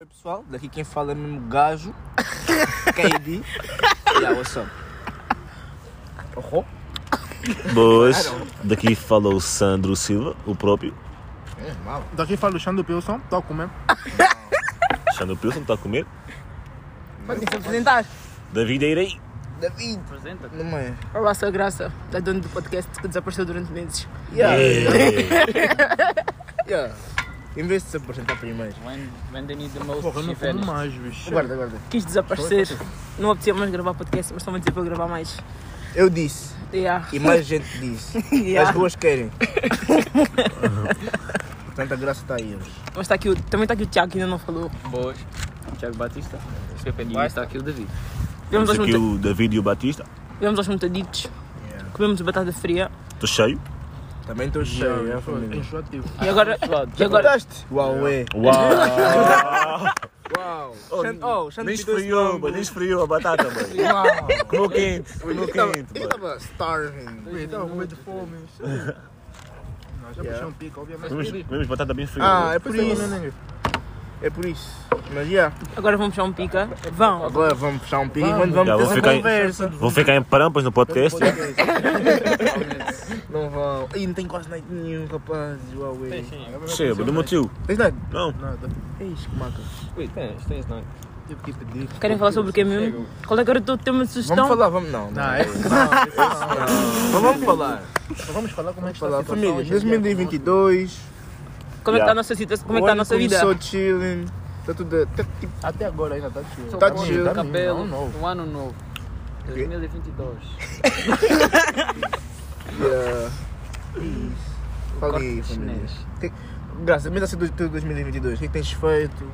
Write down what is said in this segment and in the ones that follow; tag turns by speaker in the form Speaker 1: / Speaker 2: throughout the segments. Speaker 1: Oi pessoal, daqui quem fala é mesmo gajo. é KD. Yeah, what's up? Oh,
Speaker 2: Boas, daqui fala o Sandro Silva, o próprio.
Speaker 1: é mal.
Speaker 3: Daqui fala o Xando Pilson, toco mesmo.
Speaker 2: Xano Pilson, está a comer?
Speaker 4: Pode se apresentar.
Speaker 2: David Eirei.
Speaker 1: David, não é?
Speaker 4: Olá, sou a Graça, da dona do podcast que desapareceu durante meses.
Speaker 1: Yeah,
Speaker 2: É.
Speaker 1: yeah. Em vez de se apresentar primeiro.
Speaker 5: When, when they need the most
Speaker 3: Porra, eu não
Speaker 5: she
Speaker 3: como
Speaker 5: vanished.
Speaker 3: mais, bicho.
Speaker 1: Guarda, guarda.
Speaker 4: Quis desaparecer. Não apetecia mais gravar podcast, mas estão a dizer para eu gravar mais.
Speaker 1: Eu disse,
Speaker 4: Yeah.
Speaker 1: e mais gente disse.
Speaker 4: Yeah.
Speaker 1: As ruas querem. Portanto, a graça está aí hoje.
Speaker 4: Mas está aqui, o- também está aqui o Tiago que ainda não falou.
Speaker 5: Boas. Tiago Batista. E está aqui o David.
Speaker 4: Viemos
Speaker 2: Temos
Speaker 4: aos,
Speaker 2: aqui é
Speaker 4: monta-
Speaker 2: o David e o Batista.
Speaker 4: viemos aos montaditos,
Speaker 1: Yeah.
Speaker 4: comemos batata fria
Speaker 2: Estou cheio.
Speaker 1: Também estou cheio, é a família.
Speaker 3: Enjoativo.
Speaker 4: e agora. E agora
Speaker 1: Huawei.
Speaker 2: Uau!
Speaker 1: Uau.
Speaker 4: oh,
Speaker 2: Nem esfriou, mas nem esfriou a batata, mano. Comeu quente, comeu quente,
Speaker 1: Eu
Speaker 2: mano.
Speaker 1: estava starving.
Speaker 3: Estava com medo de fome. Não, já puxei um pico,
Speaker 2: Comemos,
Speaker 3: obviamente.
Speaker 2: comemos batata bem fria.
Speaker 1: Ah, é
Speaker 2: mano.
Speaker 1: por isso. É por isso. Mas yeah,
Speaker 4: agora vamos puxar um pica. Vão.
Speaker 1: agora vamos puxar um pico quando vamos
Speaker 2: Já,
Speaker 1: ter
Speaker 2: vou
Speaker 1: uma
Speaker 2: ficar em-
Speaker 1: conversa.
Speaker 2: Vão ficar em parampas no podcast.
Speaker 1: Não vão. Ih, não tem quase night nenhum, rapaz. Huawei.
Speaker 2: Chega, do meu tio.
Speaker 1: Tens night?
Speaker 2: Não.
Speaker 3: Nada.
Speaker 1: Eis, que maca.
Speaker 5: tens, tens não.
Speaker 3: Tive que pedir.
Speaker 4: Querem falar sobre o que mesmo? Qual é que era o teu tema de
Speaker 1: Vamos
Speaker 4: sugestão?
Speaker 1: falar, vamos não.
Speaker 3: Não,
Speaker 1: não.
Speaker 3: é
Speaker 1: Mas vamos falar.
Speaker 3: Vamos falar como é que está a
Speaker 1: falar.
Speaker 3: situação
Speaker 1: Família,
Speaker 3: hoje em dia.
Speaker 1: 2022.
Speaker 4: Como é que
Speaker 2: Yeah.
Speaker 4: está a nossa situação? Como é
Speaker 1: o
Speaker 4: que está a
Speaker 1: ano
Speaker 4: nossa vida?
Speaker 1: Começou chilling. Tá tudo. Tá, tipo,
Speaker 3: Até agora ainda está chill.
Speaker 1: Tá
Speaker 5: Tô com
Speaker 1: chill.
Speaker 5: um
Speaker 3: Tá
Speaker 5: Cabelo,
Speaker 3: não, não.
Speaker 5: um ano novo. 2022.
Speaker 1: yeah. Fala aí,
Speaker 5: corte
Speaker 1: família.
Speaker 5: chinês.
Speaker 1: Que- Graças, mesmo assim, do do 2022, o que é que tens feito?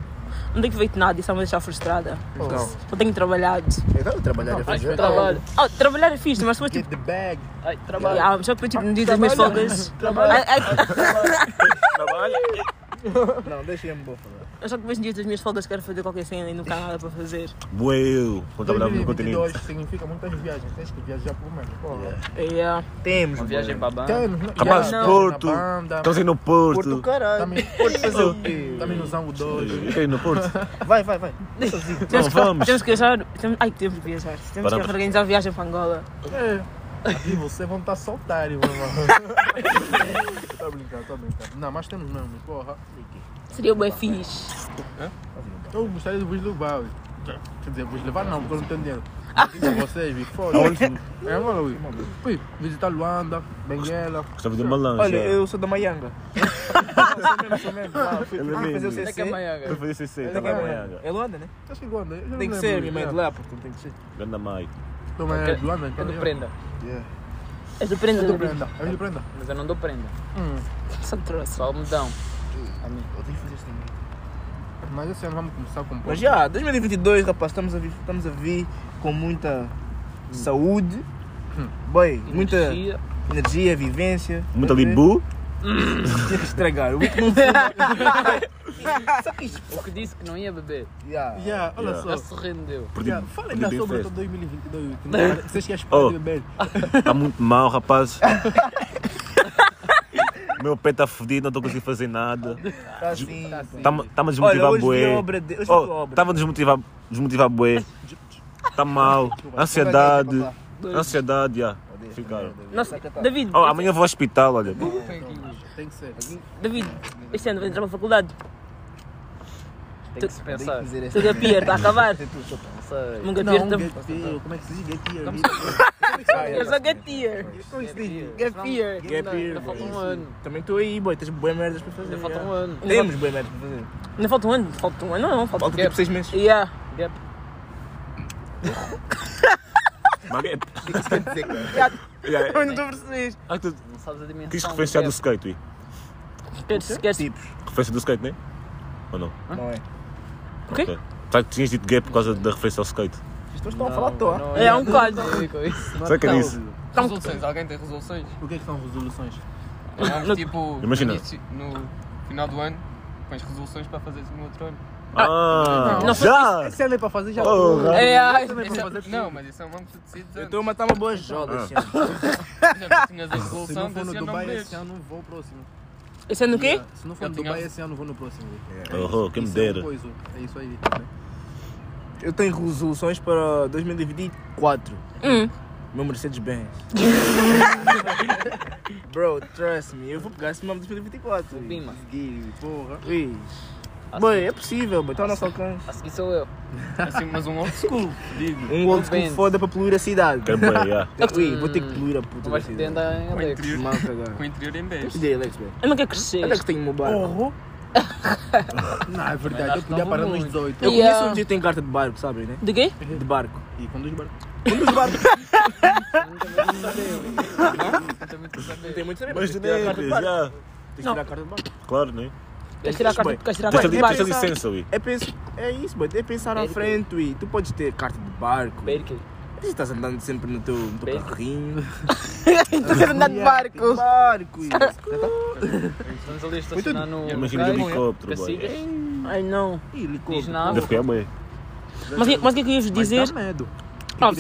Speaker 4: Não tenho feito nada, isso está-me a deixar frustrada.
Speaker 1: Então,
Speaker 4: Só tenho trabalhado.
Speaker 1: eu estava a trabalhar a
Speaker 5: Ai,
Speaker 1: fazer.
Speaker 5: trabalho.
Speaker 4: Ah, trabalhar é fixe, mas depois tipo.
Speaker 3: Get the bag.
Speaker 5: Ai, trabalho.
Speaker 4: Ah, só para tipo medir as minhas folgas. Ai, ai,
Speaker 2: Trabalha.
Speaker 1: Não, deixa-me vou falar.
Speaker 4: Eu só que depois no dia das minhas folgas quero fazer qualquer cena e nunca há nada para fazer.
Speaker 2: Bueu. Quando trabalhava no continente.
Speaker 3: 2022 significa muitas viagens. Tens que viajar pelo menos. Porra.
Speaker 4: E, ah,
Speaker 1: Temos,
Speaker 5: Uma viagem
Speaker 1: mano.
Speaker 5: para banho.
Speaker 3: Temos, né?
Speaker 2: Rapaz,
Speaker 3: Já,
Speaker 2: Porto.
Speaker 3: na banda.
Speaker 2: Estamos aí no Porto.
Speaker 1: Porto, caralho.
Speaker 3: Também-
Speaker 1: Porto fazer o quê?
Speaker 3: Também nos amo dois.
Speaker 2: Fiquei no Porto.
Speaker 1: Vai, vai, vai.
Speaker 4: temos,
Speaker 2: Não,
Speaker 4: que,
Speaker 2: Então vamos.
Speaker 4: temos que viajar. Temos, ai, temos que viajar. Temos
Speaker 2: Paramos.
Speaker 4: que organizar a viagem para Angola.
Speaker 3: E É. você vão estar soltário, meu irmão. tá brincando, tá brincando. Não, mas temos mesmo, porra.
Speaker 4: Seria bem fixe.
Speaker 3: Então, Eu gostaria de vos levar. ué. Quer dizer, vos levar não, porque eu não tenho dinheiro.
Speaker 1: Ah!
Speaker 3: Com vocês, vi, foda. É, mano, ui. Fui visitar Luanda, Benguela.
Speaker 2: Gostava de uma lancha.
Speaker 1: Olha, eu sou da Maianga.
Speaker 3: Ah, fui.
Speaker 2: Ele
Speaker 1: Ah, fazer o
Speaker 2: mesmo.
Speaker 1: CC.
Speaker 5: Onde é que é amanhã,
Speaker 2: Foi
Speaker 5: cara?
Speaker 2: fazer CC,
Speaker 1: Onde é que
Speaker 2: também
Speaker 1: é
Speaker 2: amanhã.
Speaker 1: Maianga? É Luanda, né?
Speaker 3: Acho que Luanda. Tá eu já
Speaker 1: Tem
Speaker 3: não
Speaker 1: que
Speaker 3: lembro,
Speaker 1: ser,
Speaker 3: é.
Speaker 1: minha mãe é de lá, portanto tem que ser.
Speaker 2: Ganda Mai.
Speaker 3: Tua mãe é de Luanda,
Speaker 5: Eu
Speaker 3: então.
Speaker 5: dou prenda.
Speaker 4: És do prenda,
Speaker 3: Eu dou
Speaker 4: David.
Speaker 3: prenda. Eu dou prenda.
Speaker 5: Mas eu não dou prenda.
Speaker 4: Só te trouxe.
Speaker 5: Só almodão.
Speaker 1: Eu tenho que fazer isso também.
Speaker 3: Mas esse ano vamos começar com
Speaker 1: Mas já, 2022, rapaz, estamos a vir, estamos a vir com muita Hum. saúde, bem, muita
Speaker 5: Energia.
Speaker 1: energia, vivência.
Speaker 2: Muita
Speaker 1: Quer dizer,
Speaker 2: Libu.
Speaker 1: Tinha que estragar. O que não fuma. Só que isso.
Speaker 5: O que disse que não ia beber.
Speaker 1: Já.
Speaker 3: Yeah, olha
Speaker 2: Yeah.
Speaker 3: só.
Speaker 5: Já se rendeu.
Speaker 2: Perdi.
Speaker 3: Yeah, fala ainda
Speaker 2: perdi bem
Speaker 3: sobre o
Speaker 2: festa.
Speaker 3: 2022. que não- Vocês que esperam
Speaker 2: Oh.
Speaker 3: de beber.
Speaker 2: Está muito mal, rapaz. Meu pé está fodido, não estou conseguindo fazer nada.
Speaker 1: Tá assim.
Speaker 5: Tá assim.
Speaker 2: Está-me a
Speaker 1: Olha,
Speaker 2: desmotivar
Speaker 1: hoje vi a
Speaker 2: bué.
Speaker 1: obra de. Hoje vi a
Speaker 2: Oh,
Speaker 1: obra.
Speaker 2: Estava a desmotivar, desmotivar bué. Está mal. Ansiedade. Ansiedade, já. Ficaram.
Speaker 4: Nossa, David,
Speaker 2: Oh, amanhã vou ao hospital, olha.
Speaker 3: Então, Tem que ser.
Speaker 4: David, este ano vou entrar para a faculdade.
Speaker 5: Tem que se pensar. Não
Speaker 4: Estou a pier, está a acabar.
Speaker 5: sei.
Speaker 4: Nunca
Speaker 3: Não,
Speaker 4: pier
Speaker 3: um
Speaker 4: também.
Speaker 3: get beer. Como é que se diz? Get beer.
Speaker 4: Eu sou gatier. Gatier.
Speaker 1: assim? Gap year,
Speaker 5: Ainda falta
Speaker 1: boy.
Speaker 5: um ano.
Speaker 1: Também estou aí, boy. Tens boas merdas para fazer.
Speaker 5: Ainda falta um
Speaker 1: já.
Speaker 5: ano.
Speaker 1: Temos boas merdas para fazer.
Speaker 4: Ainda falta um ano? Falta um ano? Não, falta.
Speaker 1: Falta tipo 6 meses.
Speaker 4: Yeah.
Speaker 5: Gap.
Speaker 2: Maguete.
Speaker 4: Eu não estou a perceber.
Speaker 2: é, Ah, tu
Speaker 5: Não sabes a dimensão.
Speaker 2: quis
Speaker 5: do
Speaker 2: referenciar do
Speaker 5: gap.
Speaker 2: skate, ui.
Speaker 4: Esquece, esquece.
Speaker 1: Tipos,
Speaker 2: Referência do skate, né? Ou não?
Speaker 1: não é?
Speaker 4: O quê?
Speaker 2: Ok. Sabe que tinhas dito gay por causa da referência ao skate?
Speaker 1: Vocês estão a falar à toa.
Speaker 5: Não,
Speaker 4: É, é um
Speaker 5: não
Speaker 4: código.
Speaker 5: sei com isso.
Speaker 2: Sabe que é isso?
Speaker 6: Resoluções, alguém tem resoluções?
Speaker 3: O que é que são resoluções?
Speaker 6: Vamos, tipo,
Speaker 2: Imagina.
Speaker 6: No, início- no final do ano, pões resoluções para fazeres no outro ano.
Speaker 2: Ah,
Speaker 4: Não,
Speaker 2: já!
Speaker 3: Esse é lei para fazer já.
Speaker 2: Oh,
Speaker 4: É, ai,
Speaker 6: Esse é- não, mas isso é um ano que tu decides
Speaker 1: Eu
Speaker 6: antes.
Speaker 1: estou a matar uma boa joga,
Speaker 2: Ah.
Speaker 1: senhor.
Speaker 6: Por exemplo, tu tinhas a
Speaker 3: Se
Speaker 6: resolução
Speaker 3: não
Speaker 6: de
Speaker 3: for no
Speaker 6: ano não
Speaker 3: Dubai assim,
Speaker 6: beberes.
Speaker 3: esse ano, vou ao próximo.
Speaker 4: Esse ano o quê?
Speaker 3: Se não for
Speaker 6: Eu
Speaker 3: no
Speaker 6: tenho
Speaker 3: Dubai
Speaker 6: as-
Speaker 3: esse ano, eu vou no próximo. Gui.
Speaker 2: Oh, que me
Speaker 3: Isso é uma
Speaker 2: dera.
Speaker 3: coisa, É isso aí.
Speaker 1: Eu tenho resoluções para 2024.
Speaker 4: Hum.
Speaker 1: Meu Mercedes-Benz. Bro, trust me, eu vou pegar esse nome de 2024.
Speaker 5: Prima.
Speaker 3: Gui, porra.
Speaker 1: Ixi. Boy, é possível, boy. Está ao nosso alcance.
Speaker 5: A seguir sou eu.
Speaker 6: Assim, mas um old school, digo.
Speaker 1: Um old school
Speaker 5: Benz.
Speaker 1: foda para poluir a cidade.
Speaker 2: Quero bem, yeah.
Speaker 1: Ui, vou ter que poluir a puta
Speaker 5: Não
Speaker 1: da
Speaker 5: vais poder
Speaker 1: cidade.
Speaker 5: andar em
Speaker 6: Com o
Speaker 5: Alex.
Speaker 6: interior,
Speaker 1: Malta
Speaker 6: com o
Speaker 1: agora.
Speaker 6: interior em
Speaker 1: Eu
Speaker 6: 10.
Speaker 1: te dei, Alex, boy.
Speaker 4: Eu não quero crescer.
Speaker 1: Olha que tenho uma barba.
Speaker 3: Porra. Não, é verdade. Eu podia
Speaker 5: Mas acho que
Speaker 3: parar
Speaker 5: não
Speaker 3: nos
Speaker 5: vou
Speaker 3: 18.
Speaker 1: Eu
Speaker 4: Yeah.
Speaker 1: conheço um dia que tem carta de barco, sabem, né?
Speaker 4: De quê?
Speaker 1: De barco. Um
Speaker 3: E conduz barco.
Speaker 5: Também tu sabes.
Speaker 1: Não tem muito saber,
Speaker 2: Mas
Speaker 1: tem que tirar a carta de
Speaker 2: nem,
Speaker 1: barco.
Speaker 2: yeah.
Speaker 1: Tem que tirar a carta de barco.
Speaker 2: Claro, né?
Speaker 4: Queres tirar a carta,
Speaker 1: Bem,
Speaker 4: queres tirar a
Speaker 2: Tens
Speaker 4: carta
Speaker 2: a
Speaker 4: de
Speaker 2: li- tens a
Speaker 4: baixo?
Speaker 2: licença, ui.
Speaker 1: É, penso, é isso, boy. É pensar à
Speaker 5: Berkeley.
Speaker 1: frente, ui. Tu podes ter carta de barco.
Speaker 5: Berke.
Speaker 1: Tu estás andando sempre no teu, no teu
Speaker 5: Berkeley.
Speaker 1: carrinho.
Speaker 4: Estás a um andar de barco.
Speaker 1: Barco, ui.
Speaker 5: Vamos ali estacionar no.
Speaker 2: Imagina de
Speaker 5: no cais.
Speaker 2: helicóptero, boy.
Speaker 5: Cacilhas.
Speaker 4: Ai não.
Speaker 1: Ih,
Speaker 5: Diz
Speaker 1: helicóptero.
Speaker 5: nada.
Speaker 2: Deve ficar bem.
Speaker 4: Mas, o que- mas o que é que eu ia vos
Speaker 3: Mas
Speaker 4: dizer?
Speaker 3: dá medo.
Speaker 4: Ah,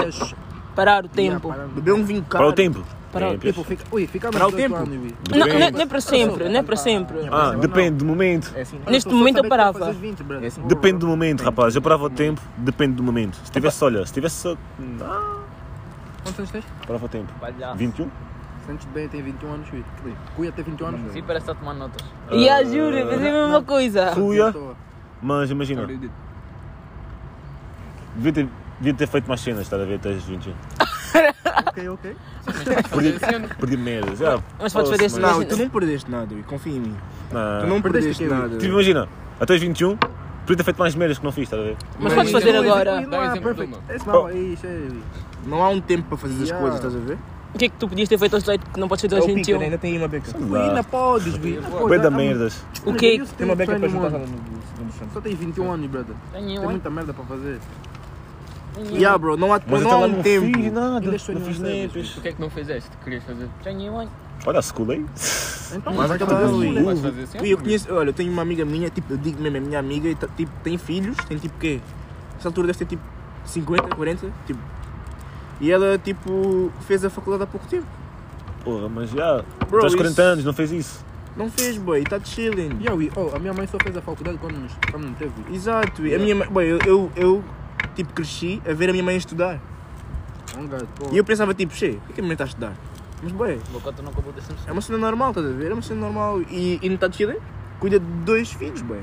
Speaker 4: Parar o tempo.
Speaker 3: Ia, para-
Speaker 1: Beber um vinho caro.
Speaker 2: Para é o tempo.
Speaker 4: Para o
Speaker 2: Tempos.
Speaker 3: Tipo, fica, ui, fica
Speaker 1: Para o
Speaker 3: nos 18
Speaker 1: tempo.
Speaker 3: anos, Gui.
Speaker 4: Não, não, é-
Speaker 2: Depende.
Speaker 4: não é para sempre, não é para sempre.
Speaker 2: Ah, depende do momento.
Speaker 1: É assim, né?
Speaker 4: Neste
Speaker 3: Eu só
Speaker 4: momento eu
Speaker 3: sabia que ia
Speaker 4: parava.
Speaker 3: fazer 20, brother.
Speaker 1: É assim.
Speaker 2: Depende do momento, rapaz. Eu parava o tempo, depende do momento. Se tivesse, olha, se tivesse só. Ah,
Speaker 3: Quantos anos tens?
Speaker 2: parava o tempo.
Speaker 5: Palhaço.
Speaker 2: 21?
Speaker 3: Sentes bem, tem 21 anos, filho. Cuia tem 21 anos.
Speaker 5: Sim, parece que está a tomar notas.
Speaker 4: E a juro, eu pensei a
Speaker 1: Ah,
Speaker 4: mesma coisa.
Speaker 2: Cuia.
Speaker 3: Tô-
Speaker 2: Mas imagina,
Speaker 6: Acredito.
Speaker 2: devia ter, devia ter feito mais cenas, estás a ver, até os 21.
Speaker 3: Ok, ok.
Speaker 2: Perdi,
Speaker 6: Esse ano.
Speaker 2: perdi merdas. já.
Speaker 4: Mas podes fazer
Speaker 2: Foda-se,
Speaker 4: isso
Speaker 1: Não,
Speaker 4: mesmo.
Speaker 1: tu não perdeste nada, ui. Confia em mim.
Speaker 2: mano.
Speaker 1: Tu não
Speaker 3: Perdeste
Speaker 1: perdeste
Speaker 3: o quê,
Speaker 1: nada.
Speaker 2: Tipo, imagina, até os 21, podia ter feito mais merdas que não fiz, estás a ver?
Speaker 4: Mas podes fazer
Speaker 6: Não,
Speaker 4: agora.
Speaker 3: Ui, não é
Speaker 6: Dá exemplo de
Speaker 3: perfect.
Speaker 6: uma.
Speaker 3: Esse não, é isso aí.
Speaker 1: Não há um tempo para fazer as
Speaker 3: Yeah.
Speaker 1: coisas, estás a ver?
Speaker 4: O que é que tu podias ter feito aos 18 que não podes fazer
Speaker 1: É
Speaker 4: aos
Speaker 1: o pica, né?
Speaker 4: 21?
Speaker 1: ainda tem uma beca.
Speaker 2: Sei
Speaker 3: Ui,
Speaker 2: lá.
Speaker 3: ainda podes, Gui.
Speaker 2: Bué
Speaker 3: é
Speaker 2: da merdas.
Speaker 4: O que
Speaker 1: Tem uma beca para juntar no no chão.
Speaker 3: Só tem 21 anos, brother. Tem
Speaker 5: Tenho um, hein?
Speaker 3: muita merda pra fazer.
Speaker 1: Yeah, bro, não há,
Speaker 2: Mas
Speaker 1: não há
Speaker 2: até lá
Speaker 1: um
Speaker 2: não
Speaker 1: tempo.
Speaker 2: fiz nada,
Speaker 3: Ainda
Speaker 2: não
Speaker 3: estou em
Speaker 2: fiz
Speaker 3: um
Speaker 2: nepes.
Speaker 6: O que é que não fizeste? que Querias fazer?
Speaker 5: Tenho um, hein?
Speaker 2: Olha, se colei.
Speaker 3: Então,
Speaker 1: Mas
Speaker 3: vai
Speaker 1: acaba
Speaker 3: fazer.
Speaker 1: ali.
Speaker 6: Não vais fazer assim?
Speaker 1: Ui, Uh, eu conheço, olha, eu tenho uma amiga minha, tipo, eu digo mesmo, é minha amiga, e tá- tipo, tem filhos, tem tipo quê? Essa altura deve ter tipo 50, 40, tipo. E ela, tipo, fez a faculdade há pouco tempo.
Speaker 2: Porra, mas já.
Speaker 1: Bro,
Speaker 2: Tu aos 40
Speaker 1: isso-
Speaker 2: anos, não fez isso.
Speaker 1: Não fez, boy, tá chilling.
Speaker 3: Yeah, Gui. Oh, a minha mãe só fez a faculdade quando, nos- quando não teve. Gui.
Speaker 1: Exato, e a minha mãe, boy, eu, eu, eu, tipo, cresci a ver a minha mãe estudar.
Speaker 3: É um gajo, porra.
Speaker 1: E eu pensava, tipo, che, por que a minha mãe está a estudar? Mas, boy,
Speaker 5: Vou contar no cabo desse
Speaker 1: é uma cena normal, estás a ver? É uma cena normal. E, e não tá chilling? Cuida de dois filhos, boy.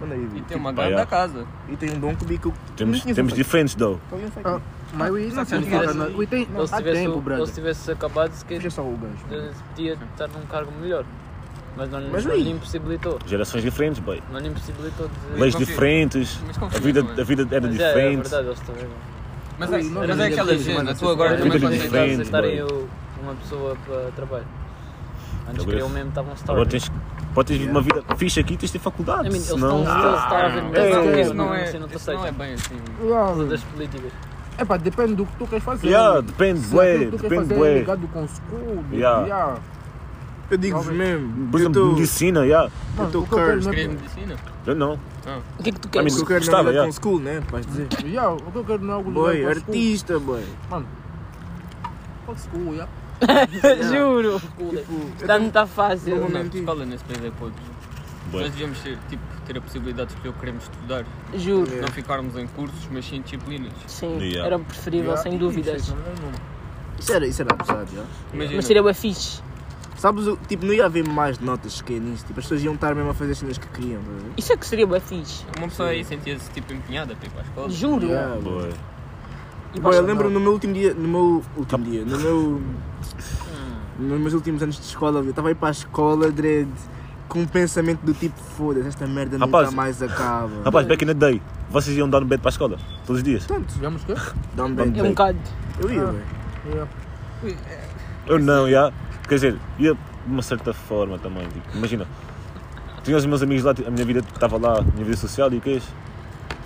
Speaker 1: Manda aí,
Speaker 6: E
Speaker 1: Vivi.
Speaker 6: tem uma
Speaker 2: Pá,
Speaker 6: grande
Speaker 2: já.
Speaker 6: da casa.
Speaker 1: E tem um dom cubico.
Speaker 2: Temos, temos diferentes, though.
Speaker 3: Ah, Mas Gui, não
Speaker 5: se
Speaker 3: significa
Speaker 5: tivesse-
Speaker 3: nada. Gui, tem-
Speaker 5: Ele se
Speaker 3: Há
Speaker 5: tivesse-
Speaker 3: tempo,
Speaker 5: ele
Speaker 3: brother.
Speaker 5: se tivesse acabado, se calhar
Speaker 1: Veja só o gajo.
Speaker 6: Ah.
Speaker 5: eh, podia estar num cargo melhor. Mas não,
Speaker 1: Mas,
Speaker 5: não
Speaker 1: ui.
Speaker 5: lhe impossibilitou.
Speaker 2: Gerações diferentes, boy.
Speaker 5: Não lhe impossibilitou de.
Speaker 2: Leis
Speaker 6: confio.
Speaker 2: diferentes,
Speaker 6: Mas
Speaker 2: a
Speaker 6: confio,
Speaker 2: vida,
Speaker 6: não é?
Speaker 2: a vida era
Speaker 5: Mas é, é
Speaker 2: diferente.
Speaker 5: verdade, eles também.
Speaker 6: Mas é,
Speaker 3: não,
Speaker 6: mas
Speaker 3: não,
Speaker 6: é aquela
Speaker 3: não,
Speaker 6: agenda.
Speaker 3: não,
Speaker 6: Tu
Speaker 3: não,
Speaker 6: agora
Speaker 2: não, não,
Speaker 6: também fazes
Speaker 2: não,
Speaker 6: isso.
Speaker 2: diferente,
Speaker 5: Eles aceitarem
Speaker 2: boy.
Speaker 5: o- uma pessoa para trabalho. Antes
Speaker 2: Agora-
Speaker 5: queriam mesmo, estavam
Speaker 2: Agora
Speaker 5: starving.
Speaker 2: tens, podes ter uma vida fixa aqui e tens de ter
Speaker 5: I mean,
Speaker 2: faculdade.
Speaker 5: eles
Speaker 2: Senão.
Speaker 5: estão starving mesmo.
Speaker 6: Mas não,
Speaker 5: porque
Speaker 6: isso não é,
Speaker 5: assim, Ah, não te
Speaker 6: isso não é
Speaker 5: aceitam.
Speaker 6: bem assim.
Speaker 3: Yeah,
Speaker 5: Das políticas.
Speaker 3: É pá, depende do que tu queres fazer.
Speaker 2: Yeah,
Speaker 3: Gui.
Speaker 2: depende,
Speaker 3: Se
Speaker 2: bué,
Speaker 3: aquilo que tu queres
Speaker 2: depende,
Speaker 3: fazer é
Speaker 2: bué.
Speaker 3: ligado com school, Gui,
Speaker 2: Yeah.
Speaker 3: yeah.
Speaker 1: Eu digo
Speaker 3: Não,
Speaker 1: mesmo.
Speaker 2: Por
Speaker 1: eu
Speaker 2: exemplo,
Speaker 1: tô-
Speaker 2: medicina, yeah.
Speaker 3: Mano,
Speaker 1: Eu tô
Speaker 3: o que eu quero
Speaker 1: cursed.
Speaker 3: não
Speaker 6: Querias
Speaker 3: é-
Speaker 6: medicina?
Speaker 2: Eu não.
Speaker 4: O que é que tu
Speaker 2: I
Speaker 1: O
Speaker 4: queres?
Speaker 1: que
Speaker 2: mean,
Speaker 1: eu quero
Speaker 2: Gostava,
Speaker 1: na vida
Speaker 2: yeah.
Speaker 1: com school, né? Vais dizer.
Speaker 3: Yeah, o que eu quero não é algo
Speaker 1: Boy,
Speaker 3: ligado com school.
Speaker 1: artista, boy.
Speaker 3: Fuck school, yeah.
Speaker 4: Juro.
Speaker 1: Tipo,
Speaker 4: Está muito fácil.
Speaker 1: Não vou
Speaker 6: Não,
Speaker 1: mentir.
Speaker 6: escola nesse país é podre.
Speaker 2: Bué.
Speaker 6: Nós devíamos ter, tipo, ter a possibilidade de escolher o que queremos estudar.
Speaker 4: Juro.
Speaker 6: Não ficarmos em cursos, mas sim em disciplinas.
Speaker 4: Sim,
Speaker 2: Yeah.
Speaker 4: era preferível,
Speaker 3: Yeah. é
Speaker 4: sem dúvidas.
Speaker 1: Isso era, isso era pesado, já.
Speaker 6: Imagina,
Speaker 4: Mas seria o fixe.
Speaker 1: Sabes, o- tipo, não ia haver mais notas que é nisso. Tipo, as pessoas iam estar mesmo a fazer as cenas que queriam, estás a ver?
Speaker 4: Isso é que seria o fixe.
Speaker 6: uma pessoa aí sentia-se tipo empenhada para ir para a escola.
Speaker 4: Juro.
Speaker 1: Yeah, boy.
Speaker 2: Boy.
Speaker 4: E
Speaker 1: Boy, eu
Speaker 4: basta- Hum.
Speaker 1: lembro no meu último dia, no meu último dia, no meu. Nos meus últimos anos de escola, eu estava a ir para a escola, dread, com um pensamento do tipo, foda-se, esta merda
Speaker 2: Rapaz.
Speaker 1: nunca mais acaba.
Speaker 2: Rapaz, back in the day, vocês iam dar um bed para a escola? Todos os dias?
Speaker 1: Tanto,
Speaker 3: Digamos que? assim,
Speaker 1: dá um
Speaker 4: É um
Speaker 1: bem.
Speaker 4: bocado.
Speaker 1: Eu ia, boy.
Speaker 2: Eu não, já. Quer dizer, ia de uma certa forma também. Tipo, imagina, tinha os meus amigos lá, tipo, a minha vida estava lá, a minha vida social e o que é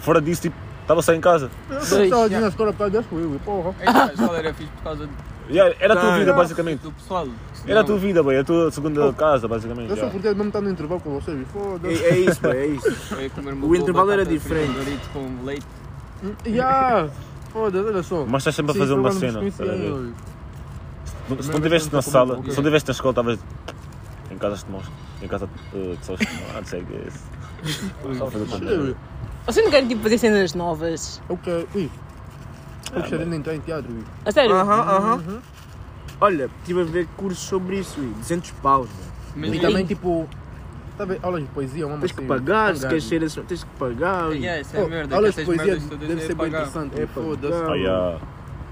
Speaker 2: Fora disso, tipo, estava só em casa.
Speaker 3: Eu
Speaker 4: Dois.
Speaker 3: só tinha a escola por causa desse Will, porra.
Speaker 6: É, pá, A escola era fixe por causa do
Speaker 2: Yeah, era a tua
Speaker 1: Tá,
Speaker 2: vida,
Speaker 1: é.
Speaker 2: basicamente.
Speaker 6: do pessoal.
Speaker 2: Era a tua vida, boy. A tua segunda casa, basicamente.
Speaker 3: Eu só
Speaker 2: já.
Speaker 3: curti mesmo estar no intervalo com vocês,
Speaker 1: É,
Speaker 3: Will, foda-se.
Speaker 1: é isso, boy, é isso.
Speaker 6: Eu ia comer uma
Speaker 1: O
Speaker 6: boa
Speaker 1: intervalo era
Speaker 6: batata frita,
Speaker 1: diferente.
Speaker 6: Doritos com leite.
Speaker 3: Yeah, foda-se, olha só.
Speaker 2: Mas estás sempre a
Speaker 3: Sim,
Speaker 2: fazer uma
Speaker 3: provavelmente
Speaker 2: cena.
Speaker 3: conhecia
Speaker 2: estás a ver?
Speaker 3: eu.
Speaker 2: Se não
Speaker 3: Também
Speaker 2: estiveste na
Speaker 3: não sei como
Speaker 2: sala,
Speaker 3: é que
Speaker 2: se não estiveste na escola, estavas em casa de mãos. Em casa eh, de sós de mãos. Ah, não sei o que é isso. Só fazer outra merda.
Speaker 3: Eu
Speaker 4: Vocês não querem tipo, fazer cenas novas?
Speaker 3: quero. É Ui. Eu
Speaker 1: Ah,
Speaker 3: gostaria de entrar em teatro. ui.
Speaker 4: A sério?
Speaker 1: Aham, aham. Uhum. Olha, estive a ver cursos sobre isso, ui, 200 paus, mano.
Speaker 3: E também, tipo. Sabe, aulas de poesia, uma
Speaker 2: assim?
Speaker 1: Tens que pagar, se queres ser assim, tens que pagar. ui.
Speaker 6: Yeah, isso é merda.
Speaker 3: Oh,
Speaker 6: que
Speaker 3: aulas de
Speaker 6: essas
Speaker 3: poesia
Speaker 6: merdas todas
Speaker 3: deve
Speaker 6: é
Speaker 3: ser bem
Speaker 6: pagar.
Speaker 3: interessante.
Speaker 1: É
Speaker 3: É foda-se.
Speaker 1: pagar.
Speaker 2: Ah, yeah.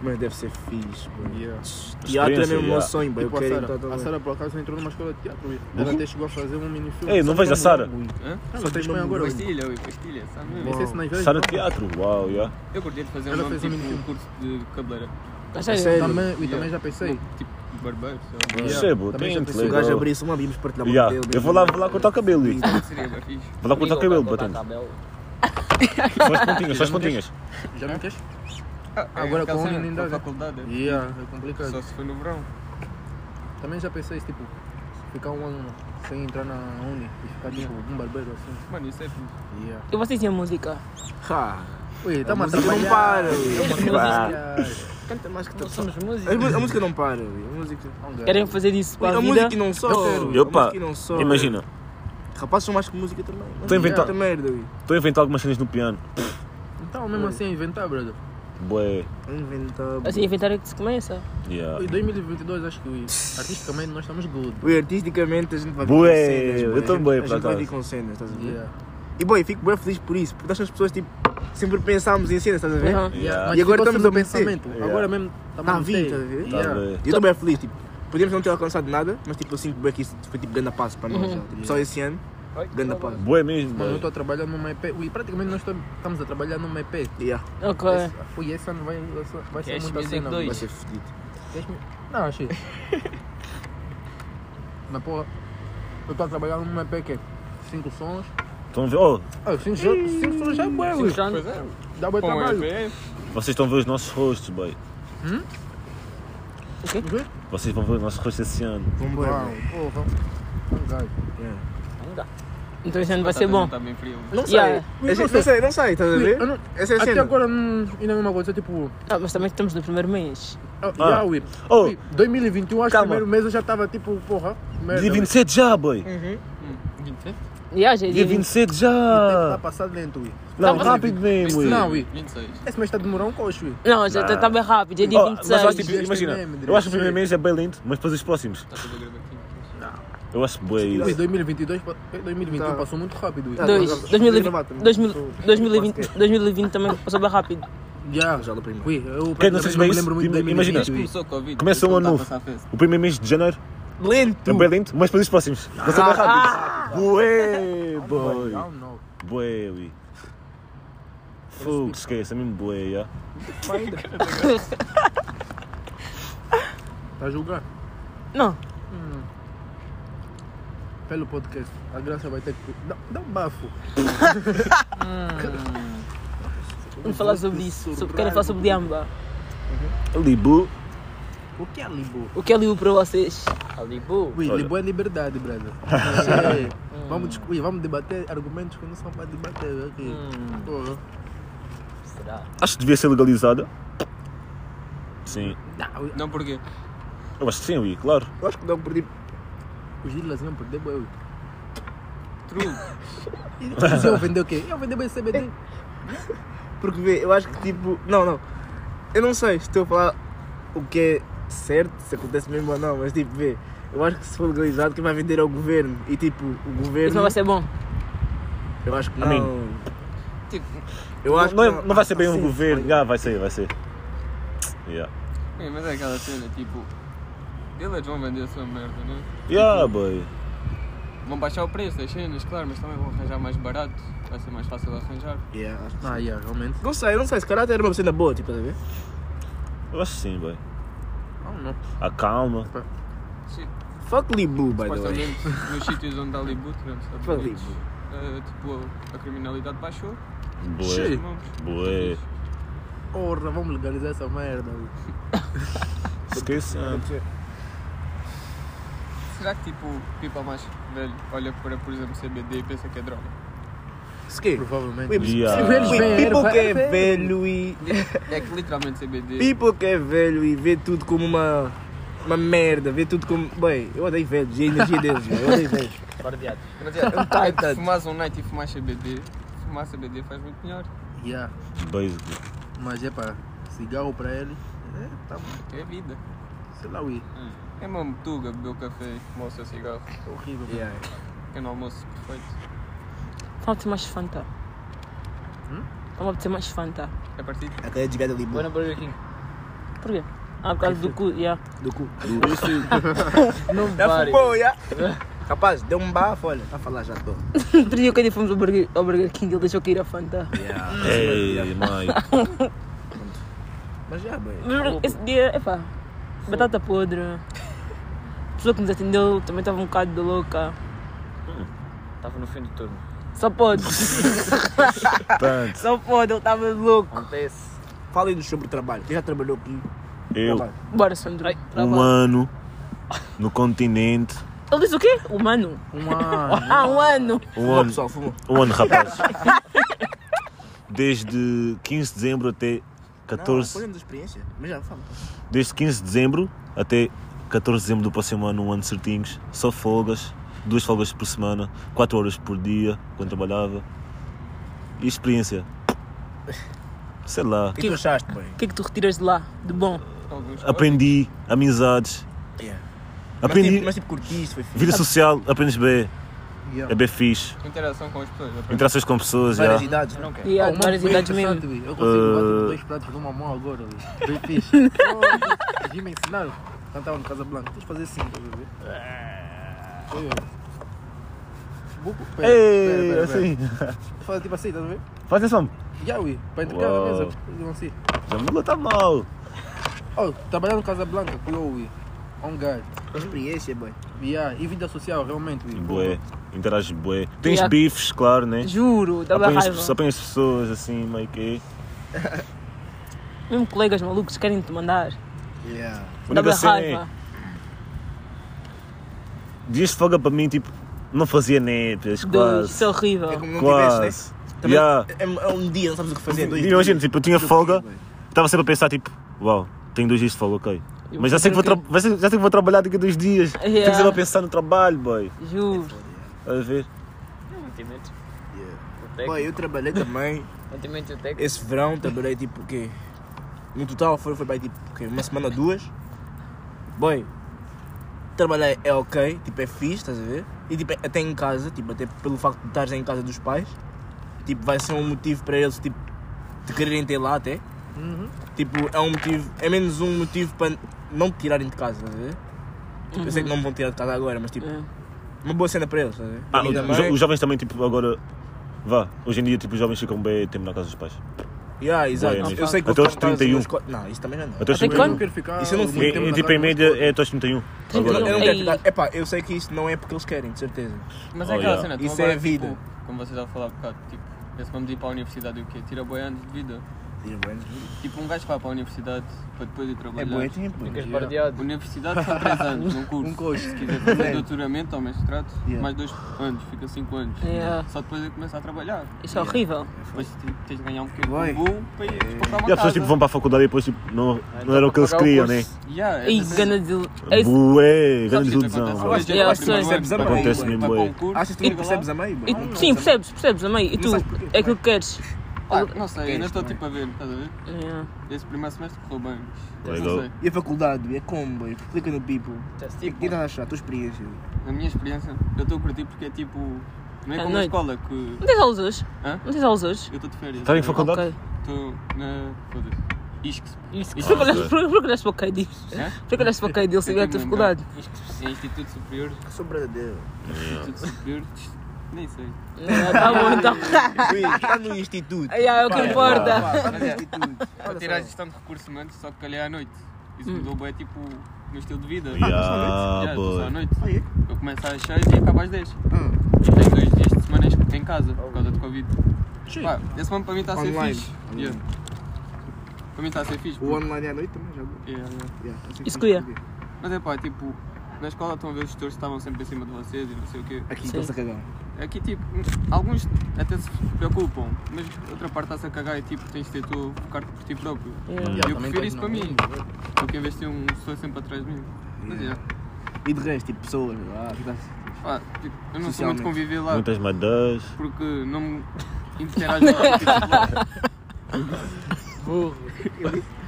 Speaker 1: Mano, deve ser fixe, mano.
Speaker 3: Yeah.
Speaker 1: Teatro é
Speaker 2: Experiência,
Speaker 1: mesmo meu
Speaker 2: yeah.
Speaker 1: sonho, bro. Eu
Speaker 3: Tipo, a
Speaker 1: quero
Speaker 3: Sara,
Speaker 1: entrar também.
Speaker 3: a Sara por acaso entrou numa escola de teatro. ui.
Speaker 2: Uhum.
Speaker 3: Ela até chegou a fazer um minifilme.
Speaker 2: Ei, não
Speaker 3: Só
Speaker 2: vejo a
Speaker 3: tem um
Speaker 2: Sara.
Speaker 3: nome, ui.
Speaker 6: Hã?
Speaker 3: Só tem
Speaker 1: nome
Speaker 3: nome agora. ui.
Speaker 6: Pastilha, ui, pastilha, sabe mesmo?
Speaker 3: Nem sei se nas vezes.
Speaker 2: Sara
Speaker 3: não.
Speaker 2: de teatro, uau, yeah.
Speaker 6: Eu curti de fazer um
Speaker 3: Ela
Speaker 6: nome
Speaker 3: fez um
Speaker 6: tipo
Speaker 3: mini
Speaker 6: um curso de cabeleira.
Speaker 4: A
Speaker 1: A
Speaker 4: sério?
Speaker 1: sério?
Speaker 3: Também, ui,
Speaker 6: Yeah.
Speaker 3: também já pensei.
Speaker 6: Tipo barbeiro, sei lá.
Speaker 3: Yeah.
Speaker 2: Percebo,
Speaker 3: Também
Speaker 2: é tem
Speaker 3: já um
Speaker 1: Se
Speaker 3: pensei.
Speaker 1: o gajo
Speaker 2: intelecto.
Speaker 1: abrir isso, uma bíblia para te
Speaker 2: Yeah. Eu vou lá,
Speaker 3: né?
Speaker 2: vou lá cortar o cabelo. Luís.
Speaker 6: Então, Seria bem fixe.
Speaker 2: Vou lá cortar o cabelo, batendo. Só as pontinhas, só as pontinhas.
Speaker 3: Já me queres?
Speaker 6: Ah,
Speaker 3: Agora
Speaker 6: é aquela
Speaker 3: com
Speaker 6: cena,
Speaker 3: homem nem dá, né?
Speaker 6: faculdade. é.
Speaker 3: Yeah, é complicado.
Speaker 6: Só se foi no verão.
Speaker 3: Também já pensei, tipo, ficar um ano sem entrar na uni e ficar, tipo, um barbeiro assim.
Speaker 6: Mano, isso é fixe.
Speaker 3: Yeah.
Speaker 4: E vocês tinham música?
Speaker 3: Ui, tá
Speaker 1: música
Speaker 3: matando. É
Speaker 1: não para, ui.
Speaker 4: Canta mais que Nós somos música.
Speaker 1: A mu- A música não para, ui. A música.
Speaker 4: Querem fazer isso
Speaker 1: Ui,
Speaker 4: para
Speaker 1: A
Speaker 4: a vida?
Speaker 1: música não só.
Speaker 3: Eu quero.
Speaker 1: ui. A
Speaker 2: Eu, pá,
Speaker 1: música não só.
Speaker 2: Imagina,
Speaker 1: Rapazes são mais que música também. mano.
Speaker 2: Tô inventando.
Speaker 1: Puta merda, ui.
Speaker 2: estou a inventar algumas cenas no piano.
Speaker 3: Então, mesmo assim, é inventar, brother.
Speaker 2: Bué,
Speaker 1: É Inventar.
Speaker 4: Assim, inventário que se começa.
Speaker 2: yeah.
Speaker 3: Ui, 2022, acho que, ui, artisticamente, nós estamos good.
Speaker 1: Ui, artisticamente a gente vai
Speaker 2: Bué,
Speaker 1: cenas,
Speaker 2: eu
Speaker 1: mano.
Speaker 2: tô
Speaker 1: A gente-
Speaker 2: bué,
Speaker 1: A
Speaker 2: por
Speaker 1: gente vai
Speaker 2: acaso.
Speaker 1: vir com cenas, estás a ver?
Speaker 3: Yeah.
Speaker 1: E boy, fico bem feliz por isso, porque acho que as pessoas tipo, sempre pensámos em cenas, estás a ver?
Speaker 4: Aham.
Speaker 2: Yeah.
Speaker 3: Mas
Speaker 1: Tá E agora
Speaker 3: ficou
Speaker 1: estamos
Speaker 3: sempre
Speaker 1: a vencer.
Speaker 3: pensamento.
Speaker 2: Yeah.
Speaker 3: Agora mesmo, tá
Speaker 1: Tá
Speaker 3: matando.
Speaker 1: vindo, tá a ver?
Speaker 2: Tá
Speaker 3: Yeah.
Speaker 2: bué.
Speaker 1: E eu estou bem feliz, tipo, podíamos não ter alcançado nada, mas tipo, eu sinto bem que isso foi tipo grande passo para
Speaker 4: Uhum.
Speaker 1: nós, já. Tipo, só esse ano, grande passo.
Speaker 2: Bué mesmo,
Speaker 3: Mano, eu
Speaker 2: bué.
Speaker 3: estou a trabalhar numa EP. Ui, praticamente nós tam- estamos a trabalhar numa EP.
Speaker 1: Yeah,
Speaker 4: Ok.
Speaker 3: Esse- Ui, esse ano vai, vai ser- vai ser
Speaker 5: Cash
Speaker 3: muita
Speaker 5: Music
Speaker 3: cena.
Speaker 5: 2.
Speaker 1: vai ser fedido.
Speaker 3: Deixa-me- Não, achei. Mas porra, eu estou a trabalhar numa EP que é 5 sons.
Speaker 2: Estão a ver? Oh,
Speaker 3: Ah, 5 sons já é bué, ui.
Speaker 6: Pois é.
Speaker 3: Dá bué
Speaker 6: Com um
Speaker 3: trabalho.
Speaker 6: EP,
Speaker 2: vocês estão a ver os nossos rostos, bué.
Speaker 3: Uhum.
Speaker 2: Vocês vão ver os nossos rostos esse ano.
Speaker 1: Vamos
Speaker 3: Uau,
Speaker 1: embora.
Speaker 3: porra. Um gajo.
Speaker 4: Então esse ano vai ser bom.
Speaker 6: Tá bem frio.
Speaker 1: Não sei,
Speaker 4: Yeah.
Speaker 1: A gente- não sei, não sei, estás a
Speaker 3: Ui,
Speaker 1: ver?
Speaker 3: eu não-
Speaker 1: Essa é a
Speaker 3: Até
Speaker 1: cena.
Speaker 3: agora hum, ainda não me aconteceu, tipo...
Speaker 4: Ah, mas também estamos no primeiro mês.
Speaker 3: Ah,
Speaker 2: Ah.
Speaker 3: já, ui.
Speaker 2: Oh.
Speaker 3: Ui, 2021, acho que o
Speaker 2: Calma.
Speaker 3: primeiro mês eu já estava tipo, porra, merda. Uhum.
Speaker 2: Dia
Speaker 3: ui.
Speaker 2: 27 já, boy.
Speaker 4: Yeah, já,
Speaker 2: Dia
Speaker 4: já-
Speaker 2: 27
Speaker 3: O tempo está
Speaker 2: já.
Speaker 3: Tipo, tá passado lento, ui.
Speaker 2: Não,
Speaker 4: Tá,
Speaker 2: rápido mesmo,
Speaker 3: tipo,
Speaker 2: Oh,
Speaker 3: Não,
Speaker 2: ui.
Speaker 3: ui.
Speaker 6: 26.
Speaker 3: Esse mês está demorando um coxo, ui.
Speaker 4: Não, já está
Speaker 2: Nah.
Speaker 4: bem rápido.
Speaker 3: é
Speaker 4: Dia
Speaker 2: Oh,
Speaker 4: dia
Speaker 2: mas eu acho, tipo,
Speaker 4: 26.
Speaker 3: Este
Speaker 2: imagina,
Speaker 3: meme,
Speaker 2: eu acho que o
Speaker 3: Deus.
Speaker 2: primeiro mês é bem lindo, mas depois os próximos,
Speaker 6: Tá tudo a gravar aqui.
Speaker 2: eu acho bué
Speaker 3: Ui,
Speaker 2: isso.
Speaker 3: 2022, pa- 2021
Speaker 1: Tá.
Speaker 3: passou muito rápido, ui.
Speaker 1: Tá.
Speaker 4: Dois.
Speaker 1: Mas eu-
Speaker 4: 2020 2000
Speaker 1: eu- eu-
Speaker 4: 2020 2020 também passou bem rápido.
Speaker 3: Já,
Speaker 1: Já do primeiro.
Speaker 3: Ui, eu
Speaker 2: Quem não
Speaker 3: praticamente
Speaker 2: fez
Speaker 3: me
Speaker 2: bem isso?
Speaker 3: lembro muito de
Speaker 2: Ima-
Speaker 3: 2020,
Speaker 2: imagina.
Speaker 6: Desde que
Speaker 3: ui.
Speaker 6: começou a Covid.
Speaker 2: Tipo, Começa
Speaker 6: todo
Speaker 2: um
Speaker 6: mundo
Speaker 2: ano
Speaker 6: tá a passar a festa.
Speaker 2: O primeiro mês de janeiro
Speaker 1: Lento!
Speaker 2: é bem lindo, mas depois os próximos, passou
Speaker 3: Ah,
Speaker 2: bem rápido. Bué, boy.
Speaker 3: Não, não.
Speaker 2: Bué, ui. Fogo, esquece, é mesmo bué, já.
Speaker 3: Tá julgando?
Speaker 4: Não.
Speaker 3: Pelo podcast. A graça vai ter que. Dá, dá um bafo.
Speaker 4: Vamos falar sobre isso. Sobre- Querem falar sobre Liamba.
Speaker 2: Libu,
Speaker 3: O que é Libo?
Speaker 4: O que é Liu para vocês?
Speaker 5: Alibu.
Speaker 3: Ui,
Speaker 2: Olha.
Speaker 3: Libo é liberdade, brother. É. vamos, discu- ui, vamos debater argumentos que não são para debater aqui.
Speaker 1: Hum.
Speaker 3: Porra.
Speaker 5: Será?
Speaker 2: acho que devia ser legalizada. Sim,
Speaker 3: Não, ui,
Speaker 6: Não, porquê?
Speaker 2: eu acho que sim, ui, claro.
Speaker 1: Eu acho que dá um perdido.
Speaker 3: os lilas iam perder boi.
Speaker 6: True.
Speaker 3: Se eu vender o quê? Eu vender bem CBD.
Speaker 1: Porque vê, eu acho que tipo. Não, não. Eu não sei se estou a falar o que é certo, se acontece mesmo ou não, mas tipo, vê. Eu acho que se for legalizado, quem vai vender é o governo. E tipo, o
Speaker 4: Isso não
Speaker 1: governo.
Speaker 4: vai ser bom.
Speaker 1: Eu acho que
Speaker 2: A mim.
Speaker 1: não.
Speaker 6: Tipo,
Speaker 1: Eu acho
Speaker 2: Não,
Speaker 1: que
Speaker 2: é- não vai ser bem um governo, já, vai ser, vai ser. Yeah.
Speaker 6: é, mas é aquela cena, tipo. Eles vão vender a sua merda, né?
Speaker 2: Yeah, boy.
Speaker 6: Vão baixar o preço das cenas, claro, mas também vão arranjar mais barato. Vai ser mais fácil de arranjar.
Speaker 1: Yeah, acho que sim.
Speaker 3: Ah, yeah, realmente.
Speaker 1: Não sei, não sei. Se calhar até era uma cena boa, tipo, estás a ver?
Speaker 2: Eu acho que sim, boy.
Speaker 3: Não, Ah, não.
Speaker 2: A calma.
Speaker 6: Sim,
Speaker 1: Fuck Libu, by the way.
Speaker 6: supostamente nos sítios onde há é? Libu, tivemos a
Speaker 1: Fuck Libu.
Speaker 6: Eh, tipo, a criminalidade baixou.
Speaker 2: Bué,
Speaker 6: Não,
Speaker 2: bué.
Speaker 3: Porra, vamos legalizar essa merda. ui.
Speaker 2: Esquece.
Speaker 6: Será que tipo, people mais velho olha para, por exemplo, CBD e pensa que é droga?
Speaker 1: Se quê?
Speaker 3: Provavelmente.
Speaker 1: Ui,
Speaker 2: Yeah.
Speaker 3: Se eles
Speaker 1: Ui,
Speaker 3: vêm,
Speaker 1: People
Speaker 3: era-
Speaker 1: que é
Speaker 3: era-
Speaker 1: velho e.
Speaker 6: É que literalmente CBD.
Speaker 1: People que é velho e vê tudo como uma. uma merda, vê tudo como. Bem, eu odeio velhos e a energia deles, meu, eu odeio velhos.
Speaker 5: Bardeado.
Speaker 6: Mas é,
Speaker 1: Um
Speaker 6: se
Speaker 1: titado.
Speaker 6: fumares um night e fumares CBD, fumar CBD faz muito melhor.
Speaker 3: Yeah.
Speaker 2: Dois.
Speaker 3: Mas é pá, cigarro para ele, é, tá bom,
Speaker 6: É vida.
Speaker 3: sei lá, ui,
Speaker 6: É mesmo tuga beber o café e fumar o seu cigarro.
Speaker 3: é horrível. mano.
Speaker 1: Yeah.
Speaker 6: É no almoço perfeito.
Speaker 4: Falta mais Fanta.
Speaker 3: Hum?
Speaker 4: Vamos obter mais Fanta.
Speaker 6: É partido.
Speaker 1: Até desviar ali
Speaker 5: Vou na Burger King.
Speaker 4: Porquê? Ah, por causa do cu, yeah.
Speaker 1: do cu.
Speaker 5: Não
Speaker 1: Já
Speaker 5: pare.
Speaker 1: fumou, já? Rapaz, deu um bafo, olha. Tá a falar já, tô.
Speaker 4: Outro dia quando fomos ao Burger, ao Burger King, ele deixou cair a Fanta.
Speaker 1: Yeah.
Speaker 2: Ei, mãe.
Speaker 1: Mas já, bem.
Speaker 4: Mas Esse dia, epá, batata podre. A pessoa que nos atendeu também estava um bocado de louca.
Speaker 5: Estava no fim do turno.
Speaker 4: Só pode,
Speaker 2: Portanto,
Speaker 4: só pode, ele estava louco.
Speaker 5: Acontece.
Speaker 1: Falem-nos sobre o trabalho. Quem já trabalhou aqui?
Speaker 2: eu,
Speaker 1: Trabalho.
Speaker 4: Bora, Sandro.
Speaker 2: um
Speaker 4: Ele
Speaker 2: ano no continente.
Speaker 4: disse o quê? Um ano.
Speaker 3: Um ano.
Speaker 4: Ah, um ano.
Speaker 2: Um
Speaker 1: Fumou,
Speaker 2: ano,
Speaker 1: pessoal, fumou.
Speaker 2: um ano rapaz. Desde 15 de dezembro até
Speaker 1: Não,
Speaker 2: 14.
Speaker 1: falem da Ah, experiência. Mas já, fala.
Speaker 2: Desde 15 de dezembro até 14 de dezembro do próximo ano, um ano certinhos. Só folgas, duas folgas por semana, 4 horas por dia, quando trabalhava. E experiência? Sei lá.
Speaker 1: O que tu achaste, bem?
Speaker 4: O que é que tu retiras de lá, de bom?
Speaker 6: Alguns
Speaker 2: Aprendi amizades.
Speaker 1: Yeah. Mas
Speaker 2: Aprendi
Speaker 1: tipo, mas, tipo curtiste, foi fixe.
Speaker 2: vida social, aprendes bem.
Speaker 3: Yeah.
Speaker 2: É bem fixe.
Speaker 6: Interação com as pessoas. aprendi.
Speaker 2: Interações com pessoas, já.
Speaker 1: Várias idades. Não
Speaker 4: E há de
Speaker 3: uma
Speaker 4: várias
Speaker 3: bem
Speaker 4: idades
Speaker 3: interessante,
Speaker 4: mesmo.
Speaker 3: ui. é Eu consigo bater
Speaker 2: Uh.
Speaker 3: dois pratos numa mão agora, ui. Bem fixe. Oh, Já me ensinaram. Cantava no Casa Blanca. Tens de fazer assim, estás a ver? Foi, ui. Buco, pera, pera,
Speaker 2: Ei,
Speaker 3: pera, pera.
Speaker 2: assim.
Speaker 3: Faz tipo assim, estás a ver?
Speaker 2: Faz atenção.
Speaker 3: Já, ui. Para entregar a
Speaker 2: Uau.
Speaker 3: mesa. Digam assim.
Speaker 2: Já mudou, tá mal.
Speaker 3: Oh, trabalhar no Casa Blanca, colou, ui. On guard.
Speaker 1: experiência, bem.
Speaker 3: Yeah. E vida social, realmente, ui.
Speaker 2: Bué. Interage bué. Tens
Speaker 4: Yeah.
Speaker 2: bifes, claro, né?
Speaker 4: Juro, dava
Speaker 2: Apanhas,
Speaker 4: raiva.
Speaker 2: apanhas pessoas assim, meio que.
Speaker 4: Mesmo colegas malucos querem te mandar.
Speaker 1: Yeah.
Speaker 2: A
Speaker 4: Dava
Speaker 2: única cena é,
Speaker 4: raiva.
Speaker 2: dias de folga para mim, tipo, não fazia netas,
Speaker 4: Dois, isso é
Speaker 2: quase.
Speaker 4: horrível.
Speaker 1: É como não tiveste,
Speaker 2: Quase.
Speaker 1: né? Também
Speaker 2: Yeah.
Speaker 1: é, é um dia, não sabes o que fazer. Dois
Speaker 2: E Imagina,
Speaker 1: dias.
Speaker 2: tipo, eu tinha folga,
Speaker 1: bem.
Speaker 2: estava sempre a pensar, tipo, uau, tenho dois dias de folga, ok.
Speaker 4: Eu É.
Speaker 2: Mas já sei, que vou
Speaker 4: prefiro
Speaker 2: tra- já sei já sei que vou trabalhar daqui a dois dias. Tenho
Speaker 4: Yeah.
Speaker 2: que sempre a pensar no trabalho, boy.
Speaker 4: Juro.
Speaker 2: A ver.
Speaker 5: Não tem medo.
Speaker 1: Yeah.
Speaker 5: O
Speaker 1: Bem,
Speaker 5: técnico.
Speaker 1: eu trabalhei também.
Speaker 5: Não tem medo do técnico.
Speaker 1: Esse verão trabalhei tipo o quê? No total foi, foi bem tipo o quê? Uma semana, duas. Bem, trabalhei é ok, tipo é fixe, estás a ver? E tipo, até em casa, tipo, até pelo facto de estares em casa dos pais, tipo, vai ser um motivo para eles tipo, te quererem ter lá até. Tipo, é um motivo, é menos um motivo para não te tirarem de casa, estás a ver? Tipo, Eu sei que não me vão tirar de casa agora, mas tipo,
Speaker 4: É.
Speaker 1: uma boa cena para eles, estás a ver?
Speaker 2: Ah,
Speaker 1: E
Speaker 2: os,
Speaker 1: também-
Speaker 2: jo- os jovens também, tipo, agora. Vá, hoje em dia, tipo, os jovens ficam bem tempo na casa dos pais.
Speaker 1: Yeah, exato.
Speaker 2: Boa,
Speaker 1: eu sei que
Speaker 2: Até
Speaker 1: vou
Speaker 2: aos
Speaker 1: ficar em casa
Speaker 2: 31.
Speaker 1: nos quatro- Não, isso também já não. é
Speaker 2: Até
Speaker 4: Até
Speaker 2: os-
Speaker 4: quando?
Speaker 3: Eu quero ficar
Speaker 1: Isso eu não
Speaker 3: muito
Speaker 1: sei.
Speaker 2: E,
Speaker 3: tempo
Speaker 2: e,
Speaker 3: na
Speaker 2: tipo,
Speaker 3: casa
Speaker 2: em média
Speaker 3: dos pais.
Speaker 2: é até aos 31.
Speaker 1: Eu não, Então, eu não
Speaker 2: Agora,
Speaker 1: quero
Speaker 4: um. Ei.
Speaker 1: ficar. Epá, eu sei que isto não é porque eles querem, de certeza.
Speaker 6: Mas
Speaker 2: Oh,
Speaker 6: é aquela
Speaker 2: yeah.
Speaker 6: cena, tu
Speaker 1: Isso
Speaker 6: agora,
Speaker 1: é vida.
Speaker 6: Tipo, como vocês já falaram há bocado, tipo, esse vamos ir para a universidade e o quê? Tira boi anos de vida. Tipo, um gajo vai para a universidade para depois ir
Speaker 1: É
Speaker 6: trabalhar.
Speaker 1: bom tempo.
Speaker 5: Ficas bardeado.
Speaker 6: Universidade são 3 anos, num curso.
Speaker 3: Um coxo.
Speaker 6: Se quiser fazer doutoramento ou mestrado,
Speaker 1: Yeah.
Speaker 6: mais 2 anos, fica 5 anos.
Speaker 4: Yeah.
Speaker 6: Só depois eu começo a trabalhar.
Speaker 4: Isso é horrível.
Speaker 6: Depois ti- tens de ganhar um
Speaker 1: Vai.
Speaker 6: bocadinho de bom para ir comprar uma
Speaker 2: E as pessoas,
Speaker 6: casa.
Speaker 2: tipo, vão para a faculdade e depois, tipo, não, não era o que eles queriam, né?
Speaker 1: É,
Speaker 6: Yeah,
Speaker 4: Ih,
Speaker 6: essa cena.
Speaker 4: gana de. é
Speaker 2: Bué,
Speaker 4: isso.
Speaker 6: Sabe
Speaker 2: grande
Speaker 6: o que
Speaker 2: ilusão.
Speaker 6: acontece?
Speaker 2: bro.
Speaker 1: acho que
Speaker 6: Vai
Speaker 4: as
Speaker 6: para o primeiro
Speaker 1: pessoas
Speaker 6: ano,
Speaker 1: percebes a
Speaker 6: vai para
Speaker 2: meio,
Speaker 6: um
Speaker 2: bué.
Speaker 6: concurso,
Speaker 1: Achas que tu
Speaker 6: chega lá.
Speaker 1: Ah, percebes a meio? bro?
Speaker 4: E- Sim, percebes, percebes, amei. E tu,
Speaker 1: sabes porquê,
Speaker 4: é aquilo que queres. É.
Speaker 6: Ah, não sei, ainda
Speaker 1: Queres
Speaker 6: estou
Speaker 1: também.
Speaker 6: tipo a ver, estás a ver?
Speaker 4: Yeah.
Speaker 6: Esse primeiro semestre correu bem. mas
Speaker 2: Legal.
Speaker 6: Não sei.
Speaker 1: E a faculdade? É como? boy? Explica no people.
Speaker 3: Tá,
Speaker 5: Just
Speaker 3: tipo,
Speaker 1: O que estás a achar? A tua experiência?
Speaker 6: A minha experiência, eu estou a curtir porque é tipo. Não é
Speaker 4: À
Speaker 6: como na
Speaker 4: noite.
Speaker 6: escola que.
Speaker 4: Não tens aulas hoje?
Speaker 6: Hã?
Speaker 4: Não tens aulas hoje?
Speaker 6: Eu estou de férias.
Speaker 2: Está em faculdade?
Speaker 4: Ok.
Speaker 6: Estou na. Foda-se. Isques.
Speaker 4: Isso.
Speaker 2: Ah,
Speaker 4: Por que olhaste-
Speaker 2: ok.
Speaker 4: por- por que olhaste para o Cady? Por que olhaste para o Cady? Ele sabia a
Speaker 6: um
Speaker 4: tua faculdade.
Speaker 6: Isques. É Instituto Superior.
Speaker 1: Sou verdadeiro.
Speaker 2: É.
Speaker 6: Instituto Superior. Nem sei.
Speaker 4: Ah, Tá bom, então.
Speaker 1: Ui, está no instituto.
Speaker 4: Ai, ai, o que importa.
Speaker 1: Está no instituto.
Speaker 6: Para tirar a gestão de recursos humanos, só que calhei à noite. Isso mudou bem, tipo, o meu estilo de vida.
Speaker 2: Yeah,
Speaker 6: Já, estou só
Speaker 2: boy.
Speaker 6: à noite.
Speaker 1: Ah, é?
Speaker 6: Eu começo às 6 e acabo às 10.
Speaker 1: Hum.
Speaker 6: Tenho dois dias de semana em- em casa, por causa do Covid. Pá, esse ano para mim está a ser
Speaker 1: Online.
Speaker 6: fixe.
Speaker 1: Online.
Speaker 6: Yeah. Para mim está a ser fixe.
Speaker 1: O
Speaker 6: porque-
Speaker 1: online é à noite também já vou.
Speaker 6: Yeah, yeah.
Speaker 1: Yeah, assim
Speaker 4: Isso
Speaker 1: como
Speaker 4: que eu ia.
Speaker 1: podia.
Speaker 6: Mas é pá, tipo, na escola estão a ver os tutores que estavam sempre em cima de vocês e não sei o quê.
Speaker 1: Aqui então,
Speaker 4: Sim.
Speaker 1: estão-se a cagar.
Speaker 6: Aqui, tipo, alguns até se preocupam, mas outra parte está-se a cagar e, tipo, tens de ter tu a focar-te por ti próprio.
Speaker 4: Yeah.
Speaker 6: E eu
Speaker 3: Também
Speaker 2: tá
Speaker 6: prefiro isso para
Speaker 3: tenho,
Speaker 6: mim,
Speaker 3: não.
Speaker 6: do que investir um professor sempre atrás de mim. Mas é.
Speaker 1: E de resto, tipo, pessoas. Ah, que tá-
Speaker 6: Pá, tipo, eu não sou muito
Speaker 1: Socialmente.
Speaker 6: conviver lá
Speaker 2: Muitas madeiras.
Speaker 6: porque não me interage muito.
Speaker 3: Burro.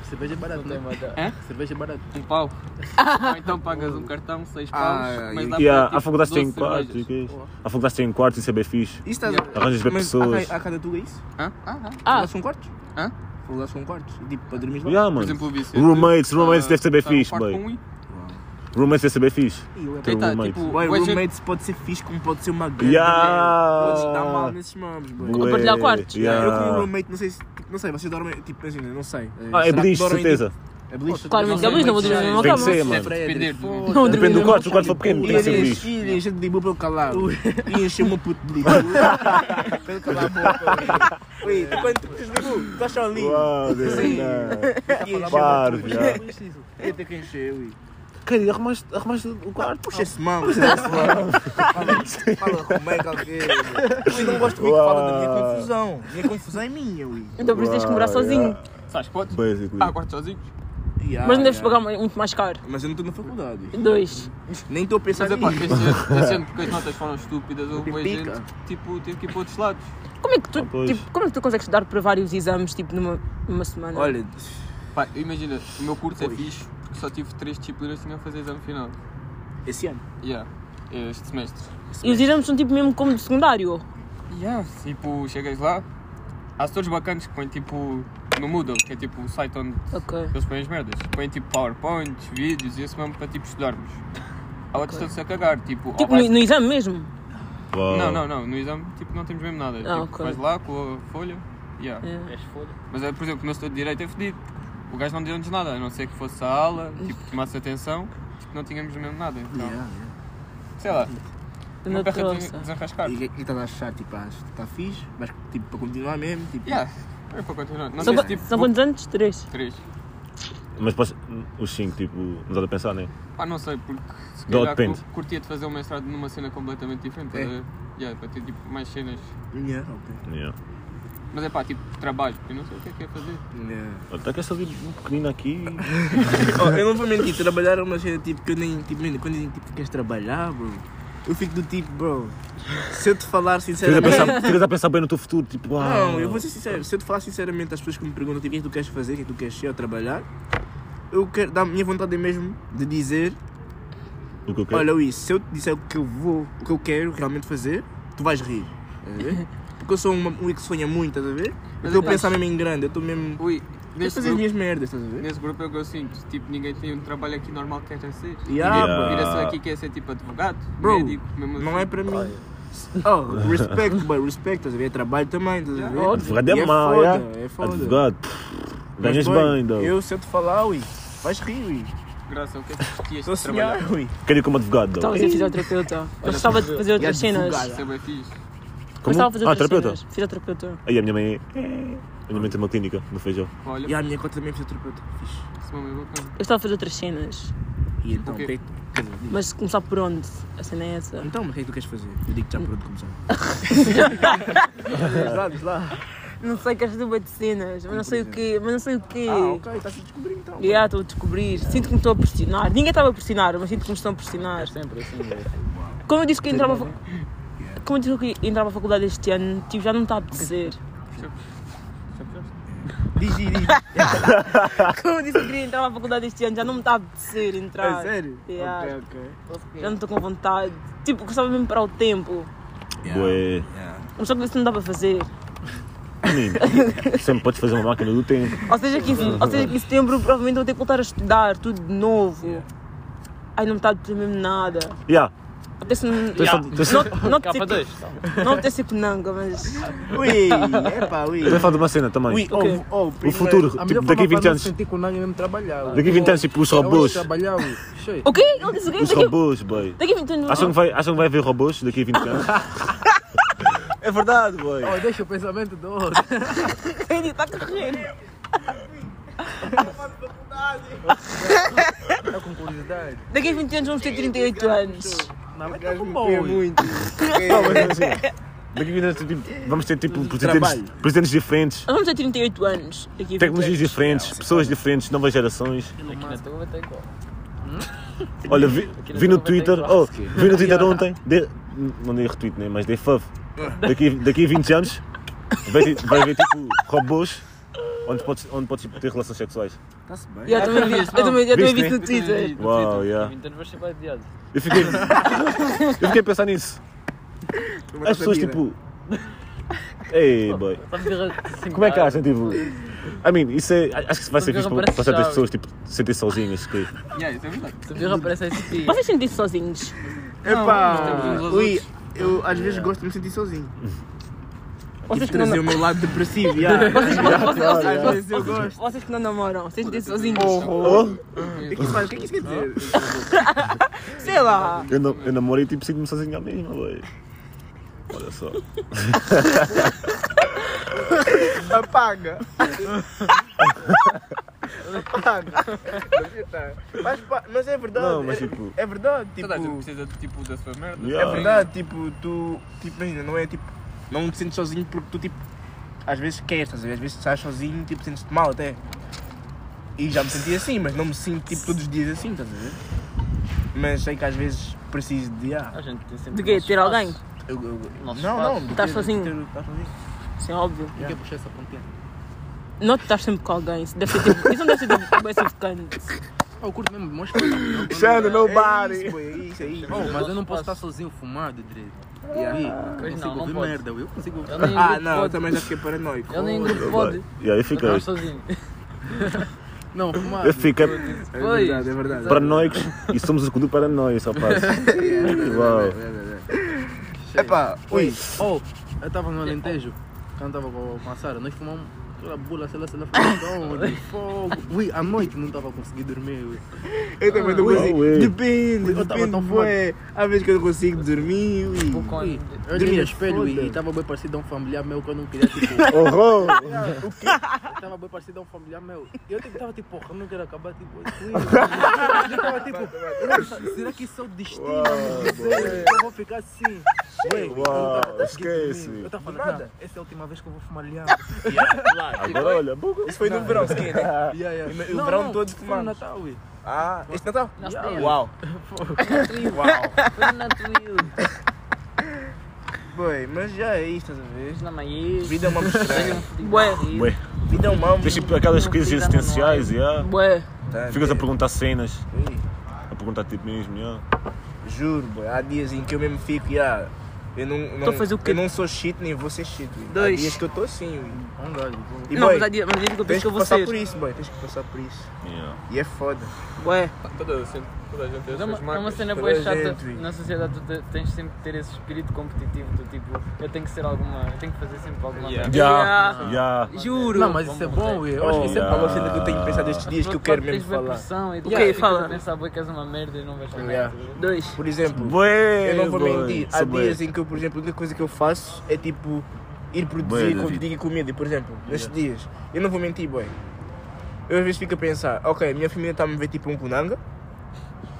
Speaker 3: Cerveja é barato, né? Cerveja é barato.
Speaker 6: um pau. Ou então pagas um cartão, seis
Speaker 1: Ah,
Speaker 6: paus,
Speaker 1: é,
Speaker 6: mas
Speaker 1: e-
Speaker 6: dá
Speaker 2: E
Speaker 6: para
Speaker 2: há,
Speaker 6: tipo,
Speaker 2: há faculdades que têm
Speaker 6: 12
Speaker 2: quartos. e
Speaker 6: cervejas.
Speaker 2: que é isso. Há faculdades que têm quartos e saber fixe.
Speaker 1: Isso estás
Speaker 6: Yeah.
Speaker 1: a.
Speaker 2: Arranjas para
Speaker 1: Mas
Speaker 2: pessoas.
Speaker 1: Há, há cada tu isso?
Speaker 6: Hã? Ah, ah.
Speaker 4: Ah,
Speaker 1: Lá são quartos?
Speaker 6: Hã?
Speaker 1: Vou lá são quartos. E tipo, para dormir lá.
Speaker 2: Yeah,
Speaker 6: Por
Speaker 2: mano.
Speaker 6: exemplo, o Vicente.
Speaker 2: Roommates, roommates
Speaker 6: ah,
Speaker 2: deve saber
Speaker 6: tá num
Speaker 2: fixe,
Speaker 6: quarto
Speaker 2: boy.
Speaker 6: com um i.
Speaker 2: Roommates deve saber fixe.
Speaker 1: E eu é
Speaker 2: Tem
Speaker 6: Eita,
Speaker 2: roommates.
Speaker 6: tipo,
Speaker 1: Boy,
Speaker 6: boa gente-
Speaker 1: roommates pode ser fixe como pode ser uma grande.
Speaker 2: Yeah.
Speaker 1: Podes dar mal nesses mamos, boy.
Speaker 2: Bué,
Speaker 4: Compartilhar quartos.
Speaker 2: yeah.
Speaker 1: Eu
Speaker 4: um
Speaker 1: como roommate, não sei se. Não sei, vocês dormem. Tipo, imagina, não sei.
Speaker 2: Ah,
Speaker 1: Será
Speaker 2: é
Speaker 1: que
Speaker 2: beliche,
Speaker 1: dormem,
Speaker 2: certeza.
Speaker 1: tipo, É beliche.
Speaker 4: Claramente,
Speaker 1: Não sei,
Speaker 4: mas não
Speaker 1: mas-
Speaker 4: vou dormir na mesma
Speaker 2: Tem que
Speaker 4: cama.
Speaker 2: ser,
Speaker 1: Isso é
Speaker 2: mano.
Speaker 1: Fred,
Speaker 6: Perder.
Speaker 1: foda.
Speaker 4: Não, dormir
Speaker 2: Depende do
Speaker 4: na
Speaker 2: quarto, se o
Speaker 4: mesma
Speaker 2: quarto for pequeno, tem que ser
Speaker 1: Ilhas,
Speaker 2: bicho.
Speaker 1: ilhas, gente de bubble calado. Ilhas, chama o puto de libu. Pelo calar a boca. Ui, tu quando tu putas de é libu, tu achas lindo.
Speaker 2: Uau,
Speaker 1: Sim.
Speaker 2: Deus.
Speaker 1: Ilhas, chama
Speaker 2: Claro,
Speaker 1: o puto de
Speaker 2: já.
Speaker 1: libu. Ei, tem é que encher, ui.
Speaker 2: Cara, e arrumaste arrumaste o quarto?
Speaker 1: Puxa esse mão, puxa esse mão. Fala como é que alguém. Ui, não gosto muito que fala da minha
Speaker 2: Uau.
Speaker 1: confusão. Minha confusão é minha, ui.
Speaker 4: Então por isso tens que morar sozinho.
Speaker 6: Sabes quantos?
Speaker 2: Basically.
Speaker 6: Ah, quarto sozinho?
Speaker 1: Yeah,
Speaker 4: Mas não deves
Speaker 1: yeah.
Speaker 4: pagar muito mais caro.
Speaker 1: Mas eu não estou na faculdade. ui.
Speaker 4: Dois.
Speaker 1: Nem estou a pensar
Speaker 6: Mas é
Speaker 1: nisso.
Speaker 6: pá, este ano porque as notas foram estúpidas, houve
Speaker 1: Tipo,
Speaker 6: boa gente,
Speaker 1: pica.
Speaker 6: tipo, teve que ir para outros lados.
Speaker 4: Como é que tu,
Speaker 2: Ah, pois.
Speaker 4: tipo, como é que tu consegues estudar para vários exames, tipo, numa, numa semana?
Speaker 1: Olha,
Speaker 6: Pá, imagina, o meu curso é
Speaker 1: Pois.
Speaker 6: fixe, porque só tive três disciplinas que tinha a fazer exame final.
Speaker 1: esse ano.
Speaker 6: Yeah, este semestre.
Speaker 4: E os exames são tipo mesmo como de secundário?
Speaker 6: Yeah, tipo, chegas lá, há setores bacanas que põem tipo no Moodle, que é tipo o site onde
Speaker 4: Ok.
Speaker 6: eles põem as merdas. Põem tipo PowerPoints, vídeos e esse mesmo para tipo estudarmos. Há outros que estão-se a cagar, tipo. ou
Speaker 4: Tipo,
Speaker 6: vais-
Speaker 4: no, no exame mesmo?
Speaker 2: Uau.
Speaker 6: Não, não, não, no exame tipo não temos mesmo nada. tipo,
Speaker 4: ok.
Speaker 6: vais lá com a folha. Yeah.
Speaker 4: É.
Speaker 6: Mas é, por exemplo, o meu estudo de direito é fedido. O gajo não deu-nos nada, a não ser que fosse a aula, tipo, tomasse atenção, tipo, não tínhamos mesmo nada. Então, sei lá,
Speaker 4: Na
Speaker 6: uma perra de
Speaker 4: troça.
Speaker 6: desenrascar.
Speaker 1: E o que é que estás a achar? Tipo, ah, isto está fixe, mas tipo, para continuar mesmo, tipo,
Speaker 6: Yeah, é para continuar.
Speaker 4: São,
Speaker 6: Não sei se
Speaker 4: qua-
Speaker 6: tipo.
Speaker 4: são
Speaker 6: vou-
Speaker 4: quantos anos? Três.
Speaker 6: Três.
Speaker 2: Mas posso, os 5, tipo, não estás a pensar, né?
Speaker 6: Pá, não sei, porque se
Speaker 2: Não,
Speaker 6: calhar
Speaker 2: depende.
Speaker 6: cu- curtia de fazer um mestrado numa cena completamente diferente.
Speaker 1: É.
Speaker 6: estás a ver? Yeah, para ter tipo mais cenas.
Speaker 1: yeah, um ok.
Speaker 2: Yeah.
Speaker 6: Mas é pá, tipo trabalho, porque eu não sei o que é que é fazer.
Speaker 1: Yeah.
Speaker 2: Até que essa ali um pequenino aqui.
Speaker 1: Oh, eu não vou mentir, trabalhar é uma cena tipo que eu nem. Tipo, menino, quando dizem tipo, queres trabalhar, bro, eu fico do tipo, bro, se eu te falar
Speaker 2: Ficas a
Speaker 1: sinceramente.
Speaker 2: pensar, ficas a pensar bem no teu futuro, tipo, uau.
Speaker 1: Não, eu vou ser sincero, se eu te falar sinceramente às pessoas que me perguntam tipo, o que é que tu queres fazer, o que é que tu queres ser ou trabalhar, eu quero dar a minha vontade é mesmo de dizer,
Speaker 2: O que eu quero.
Speaker 1: olha isso, se eu te disser o que eu vou, o que eu quero realmente fazer, tu vais rir. Estás a ver? Porque eu sou uma- um que sonha muito, estás a ver? Eu
Speaker 6: Mas
Speaker 1: estou a
Speaker 6: eu
Speaker 1: pensar mesmo em grande, eu estou mesmo.
Speaker 6: Ui,
Speaker 1: Quero
Speaker 6: Tipo, nesse
Speaker 1: fazer as minhas
Speaker 6: grupo,
Speaker 1: merdas, estás a ver?
Speaker 6: nesse grupo é o que eu sinto. Tipo, ninguém tem um trabalho aqui normal que quer ser.
Speaker 1: Yeah,
Speaker 2: Yeah.
Speaker 1: boy.
Speaker 6: Vira só aqui quer ser tipo advogado,
Speaker 1: Bro,
Speaker 6: médico, mesmo
Speaker 1: Não é
Speaker 6: assim.
Speaker 1: para mim. Oh, respeito, boy, respeito, estás a ver? É trabalho também, estás a ver?
Speaker 6: Yeah.
Speaker 2: Advogado
Speaker 1: E
Speaker 2: é mau,
Speaker 1: foda,
Speaker 2: yeah.
Speaker 1: é foda.
Speaker 2: Advogado, pff,
Speaker 1: Mas,
Speaker 2: ganhas
Speaker 1: boy,
Speaker 2: bem, dog.
Speaker 1: Eu, se eu te falar, ui, vais rir, ui.
Speaker 6: Graça, o que é que curtias
Speaker 1: Estou a
Speaker 6: de trabalhar?
Speaker 1: sonhar, ui.
Speaker 2: Quero ir como advogado,
Speaker 4: Estava a
Speaker 2: dog.
Speaker 4: ser fisioterapeuta. Mas gostava de fazer outras
Speaker 1: E advogado.
Speaker 4: cenas.
Speaker 1: sonhar.
Speaker 6: Isso é bem fixe.
Speaker 4: Mas estava a fazer
Speaker 2: Ah,
Speaker 4: outras
Speaker 2: terapeuta.
Speaker 4: cenas. Fisioterapeuta.
Speaker 2: Aí a minha mãe é. A minha mãe tem uma clínica no feijão.
Speaker 6: Olha,
Speaker 1: E a minha conta também é fisioterapeuta. Fixe.
Speaker 6: esse momento é bacana.
Speaker 4: Eu estava a fazer outras cenas.
Speaker 1: E então, o
Speaker 6: Ok.
Speaker 1: que é que tu- quer dizer, diz.
Speaker 4: Mas começar por onde? A cena é essa.
Speaker 1: Então, mas o que é que tu queres fazer? Eu digo já por onde começar. Diz lá, diz lá.
Speaker 4: Não sei, queres saber bué de cenas. Mas não sei o quê. Mas não sei o quê.
Speaker 1: Ah, ok, está-se a descobrir então.
Speaker 4: E ah, estou a descobrir. Sinto que me estou a pressionar. Ninguém estava a pressionar, mas sinto que me estão a
Speaker 1: É
Speaker 4: pressionar.
Speaker 5: Sempre assim,
Speaker 4: Como eu disse que eu entrava. Como eu disse que eu entrava à faculdade este ano, tipo, já não está a apetecer.
Speaker 1: Diz, diz, diz.
Speaker 4: Como eu disse que eu queria entrar à faculdade este ano, já não me está a apetecer entrar.
Speaker 1: É sério?
Speaker 4: Yeah.
Speaker 1: Ok, ok.
Speaker 4: Já não estou com vontade. Tipo, gostava mesmo de parar o tempo.
Speaker 2: Bué.
Speaker 4: Mas só que isso não dá para fazer.
Speaker 2: Menino, sempre podes fazer uma máquina do tempo.
Speaker 4: Ou seja, que, isso- ou seja, que em setembro provavelmente vou ter que voltar a estudar tudo de novo. Ai, não me está a apetecer mesmo nada.
Speaker 2: Yeah.
Speaker 4: Apetece
Speaker 2: Tens só-
Speaker 4: yeah.
Speaker 2: tens só-
Speaker 4: Não
Speaker 5: Capa
Speaker 4: apetece
Speaker 5: 2.
Speaker 4: não apetece com nanga, mas.
Speaker 1: Ui, epá, ui.
Speaker 2: tens falta uma cena também.
Speaker 1: Ui,
Speaker 4: Ok.
Speaker 1: oh, oh, primeiro-
Speaker 2: futuro.
Speaker 3: A
Speaker 2: Tipo,
Speaker 3: melhor
Speaker 2: daqui 20
Speaker 3: forma para não
Speaker 2: anos.
Speaker 3: se sentir com nada é mesmo trabalhar.
Speaker 2: Daqui a 20 anos, tipo, os robôs.
Speaker 1: é
Speaker 3: trabalhar, ui. Cheio.
Speaker 4: O quê? Ele disse o quê?
Speaker 2: Os
Speaker 4: Daqui-
Speaker 2: robôs, boy.
Speaker 4: Daqui a 20 anos.
Speaker 2: Acham que vai, acham que vai haver robôs daqui a 20 anos? é verdade, boy.
Speaker 3: Oh, deixa o pensamento do outro.
Speaker 4: Ele está correndo.
Speaker 3: Tá com curiosidade.
Speaker 4: Daqui a 20 anos vamos ter 38 anos.
Speaker 3: Não, mas tá
Speaker 1: Gajo
Speaker 3: com
Speaker 1: me
Speaker 3: bom,
Speaker 1: pia
Speaker 3: ui.
Speaker 1: muito.
Speaker 2: Não, mas é assim. Daqui a 20 anos, tipo, vamos ter, tipo, presidentes,
Speaker 1: Trabalho.
Speaker 2: presidentes diferentes,
Speaker 4: Nós vamos ter 38 anos daqui a 20
Speaker 2: tecnologias
Speaker 4: anos.
Speaker 2: diferentes, pessoas diferentes, novas gerações.
Speaker 5: Aqui na tua vai ter igual.
Speaker 2: Olha, vi,
Speaker 5: Aqui na
Speaker 2: vi no
Speaker 5: tua vai ter
Speaker 2: Twitter, oh,
Speaker 5: clássico.
Speaker 2: vi no Twitter ontem, dei- não dei retweet nem, mas dei fave. Daqui, daqui a 20 anos vai, ter- vai haver tipo robôs onde podes, onde podes tipo, ter relações sexuais.
Speaker 3: Está-se bem.
Speaker 4: Já também vi, eu também, eu também vi isso no
Speaker 6: Viste, né?
Speaker 4: Twitter.
Speaker 2: Uau, yeah.
Speaker 5: 20 anos vais ser bateado.
Speaker 2: Eu fiquei, eu fiquei a pensar nisso. As pessoas tipo. Ei, boy. Como é que acham? Tipo. I mean, isso é. Acho que vai ser
Speaker 5: Mas
Speaker 2: visto
Speaker 5: não
Speaker 2: para,
Speaker 5: parece
Speaker 2: para certas
Speaker 5: chave.
Speaker 2: pessoas, tipo, se sentir sozinhas. Que...
Speaker 6: Yeah, isso é verdade.
Speaker 5: Tu viu aparece esse
Speaker 4: Vocês sentem isso sozinhos?
Speaker 1: Epá!
Speaker 6: Não,
Speaker 1: Ui, eu às vezes gosto de me sentir sozinho.
Speaker 4: Vocês
Speaker 1: Tipo,
Speaker 4: que não,
Speaker 1: trazer o meu lado depressivo, yeah.
Speaker 4: vocês,
Speaker 1: Às vezes eu gosto.
Speaker 4: vocês que não namoram, vocês sentem sozinhos?
Speaker 2: Oh,
Speaker 1: O que, faz? o que é que isso quer dizer?
Speaker 4: Sei lá.
Speaker 2: eu, não, eu namoro e tipo, sinto-me sozinho à mesma, boy. Olha só.
Speaker 1: Apaga! Apaga! Mas, eita, mas pá, mas é verdade.
Speaker 2: Não, mas
Speaker 1: é,
Speaker 2: tipo-
Speaker 1: é verdade, tipo.
Speaker 6: Toda a gente precisa tipo, da sua merda.
Speaker 2: Yeah.
Speaker 1: É verdade, tipo, tu. Tipo, ainda não é tipo. Não te sentes sozinho porque tu, tipo. Às vezes queres, estás a ver? Às vezes estás sozinho, tipo, sentes-te mal até. E já me senti assim, mas não me sinto, tipo, todos os dias assim, estás a ver? Mas sei que às vezes preciso de. Ah,
Speaker 5: A gente tem sempre
Speaker 4: De quê?
Speaker 5: nosso
Speaker 4: Ter
Speaker 5: espaço.
Speaker 4: alguém?
Speaker 1: eu, eu- não,
Speaker 5: Nosso
Speaker 1: não.
Speaker 5: espaço.
Speaker 1: de
Speaker 4: Estás
Speaker 1: ter-
Speaker 4: sozinho?
Speaker 1: de ter- Estás sozinho.
Speaker 4: Sim, é óbvio.
Speaker 3: Por que puxei essa pontinha?
Speaker 4: Não tu estás sempre com alguém. Isso, deve ser, tipo, isso não deve ser tipo, bem sufocante.
Speaker 3: Oh, eu curto mesmo, mostra pra mim. Eu-
Speaker 1: Xando, nobody! É isso, pô, é isso, é isso.
Speaker 3: Oh, mas eu não posso
Speaker 5: Nosso
Speaker 3: estar
Speaker 5: espaço.
Speaker 3: sozinho fumado, Dre. E aí? Eu
Speaker 5: Pois
Speaker 3: consigo
Speaker 5: não, não
Speaker 3: ouvir
Speaker 5: pode.
Speaker 3: merda, eu consigo ouvir.
Speaker 5: Eu nem
Speaker 1: Ah,
Speaker 5: grupo
Speaker 1: não, eu
Speaker 2: tá
Speaker 5: pode.
Speaker 1: também já fiquei paranoico.
Speaker 5: Eu nem em grupo
Speaker 2: Boy.
Speaker 5: pode.
Speaker 2: Yeah, eu
Speaker 5: Eu
Speaker 2: fiquei.
Speaker 5: tava sozinho.
Speaker 3: Não, fumado.
Speaker 2: Eu fiquei
Speaker 1: É
Speaker 5: Pois.
Speaker 1: verdade, é verdade.
Speaker 2: paranoicos e somos o cu do paranoia, rapaz. Uau.
Speaker 1: Epá, ui,
Speaker 3: Oh, eu tava no Alentejo, quando tava com o Massara, nós fumamos aquela bula, sei lá, sei lá, fogão, de fogo. Ui, à noite não tava conseguindo dormir. Ui.
Speaker 1: eu também não consigo.
Speaker 2: ui.
Speaker 1: Depende,
Speaker 3: Eu tava
Speaker 1: depende,
Speaker 3: tão
Speaker 1: bué. Há vezes que eu não consigo dormir, ui.
Speaker 5: Pouco
Speaker 3: Ui,
Speaker 5: antes.
Speaker 3: eu olhei
Speaker 1: Dormia
Speaker 3: no espelho ui,
Speaker 1: foda.
Speaker 3: e tava bem parecido a um familiar meu que eu não queria, tipo...
Speaker 2: Horror!
Speaker 3: Eu tava bem parecido a um familiar meu. E eu tipo, tava tipo, porra, eu não quero acabar, tipo... ui. Eu tava tipo, será que isso é o destino? Não sei, eu vou ficar assim. Ué, eu
Speaker 2: Uau,
Speaker 3: tava conseguindo dormir.
Speaker 2: esquece.
Speaker 3: Eu tava falando,
Speaker 1: Nada.
Speaker 3: nada. Essa é a última vez que eu vou fumar liado.
Speaker 2: Agora olha, bugo.
Speaker 1: Isso foi no verão, se quer, né?
Speaker 3: Yeah, yeah.
Speaker 1: E no- e o verão todo
Speaker 3: foi
Speaker 1: fumamos.
Speaker 3: no Natal, ui.
Speaker 1: Ah, este Natal?
Speaker 5: Nossa,
Speaker 1: Yeah.
Speaker 5: tem.
Speaker 1: Uau. Uau.
Speaker 5: Foi na Twil.
Speaker 1: Boi, mas já é isto, estás a ver?
Speaker 5: Na Maís.
Speaker 1: Vida é uma estranha.
Speaker 4: Bué.
Speaker 2: Bué.
Speaker 1: Vida é uma
Speaker 2: Tens tipo aquelas
Speaker 5: Não
Speaker 2: crises
Speaker 5: fica
Speaker 2: existenciais, yeah.
Speaker 4: Bué.
Speaker 1: né?
Speaker 2: Ficas a perguntar cenas,
Speaker 1: Ui,
Speaker 2: a perguntar tipo mesmo, yeah.
Speaker 1: Juro, boi, há dias em que eu mesmo fico, já. Eu não, não,
Speaker 4: Tô a fazer Então o quê?
Speaker 1: eu não sou shit, nem vou ser shit. ui.
Speaker 4: Dois.
Speaker 1: Há dias que eu tô assim, ui.
Speaker 3: Um gajo, vou-
Speaker 1: E,
Speaker 4: não,
Speaker 1: bué,
Speaker 4: mas há dia- mas há dias que eu
Speaker 1: Tens
Speaker 4: penso
Speaker 1: que
Speaker 4: que eu vou
Speaker 1: passar
Speaker 4: ser.
Speaker 1: por isso, boy. Tens que passar por isso.
Speaker 2: yeah.
Speaker 1: E é foda.
Speaker 4: Bué.
Speaker 6: Toda, sempre, toda a gente tem
Speaker 5: Mas
Speaker 6: as
Speaker 5: É
Speaker 6: suas
Speaker 5: uma, é uma
Speaker 6: marcas.
Speaker 5: cena
Speaker 1: Toda
Speaker 5: boa
Speaker 1: a
Speaker 5: chata
Speaker 1: gente.
Speaker 5: na sociedade, tu te- tens sempre de ter esse espírito competitivo do tipo, eu tenho que ser alguma, eu tenho que fazer sempre alguma
Speaker 6: Yeah.
Speaker 5: merda.
Speaker 2: Yeah. Yeah.
Speaker 4: Juro.
Speaker 3: Não, mas isso é bom, ui. Eu acho
Speaker 1: Oh,
Speaker 3: que isso é
Speaker 2: yeah.
Speaker 1: uma cena que eu tenho pensado estes dias que eu
Speaker 5: Mas
Speaker 1: quero
Speaker 5: tens
Speaker 1: mesmo
Speaker 5: bué
Speaker 1: falar.
Speaker 5: pressão e
Speaker 4: O
Speaker 5: tu
Speaker 4: quê?
Speaker 5: ficas
Speaker 4: Fala.
Speaker 5: a pensar boi que és uma merda e não vais fazer
Speaker 1: Yeah.
Speaker 5: nada.
Speaker 4: Dois.
Speaker 1: Por exemplo,
Speaker 2: Bué,
Speaker 6: É,
Speaker 1: eu não vou
Speaker 2: bué.
Speaker 1: mentir. Há
Speaker 2: Sou bué.
Speaker 1: dias em que eu, por exemplo, a única coisa que eu faço é tipo ir
Speaker 2: Bué,
Speaker 1: produzir
Speaker 2: David.
Speaker 1: contigo e comida, por exemplo, nestes dias. Eu não vou mentir, boy. Eu às vezes fico a pensar, ok, minha família está a me ver tipo um kunanga,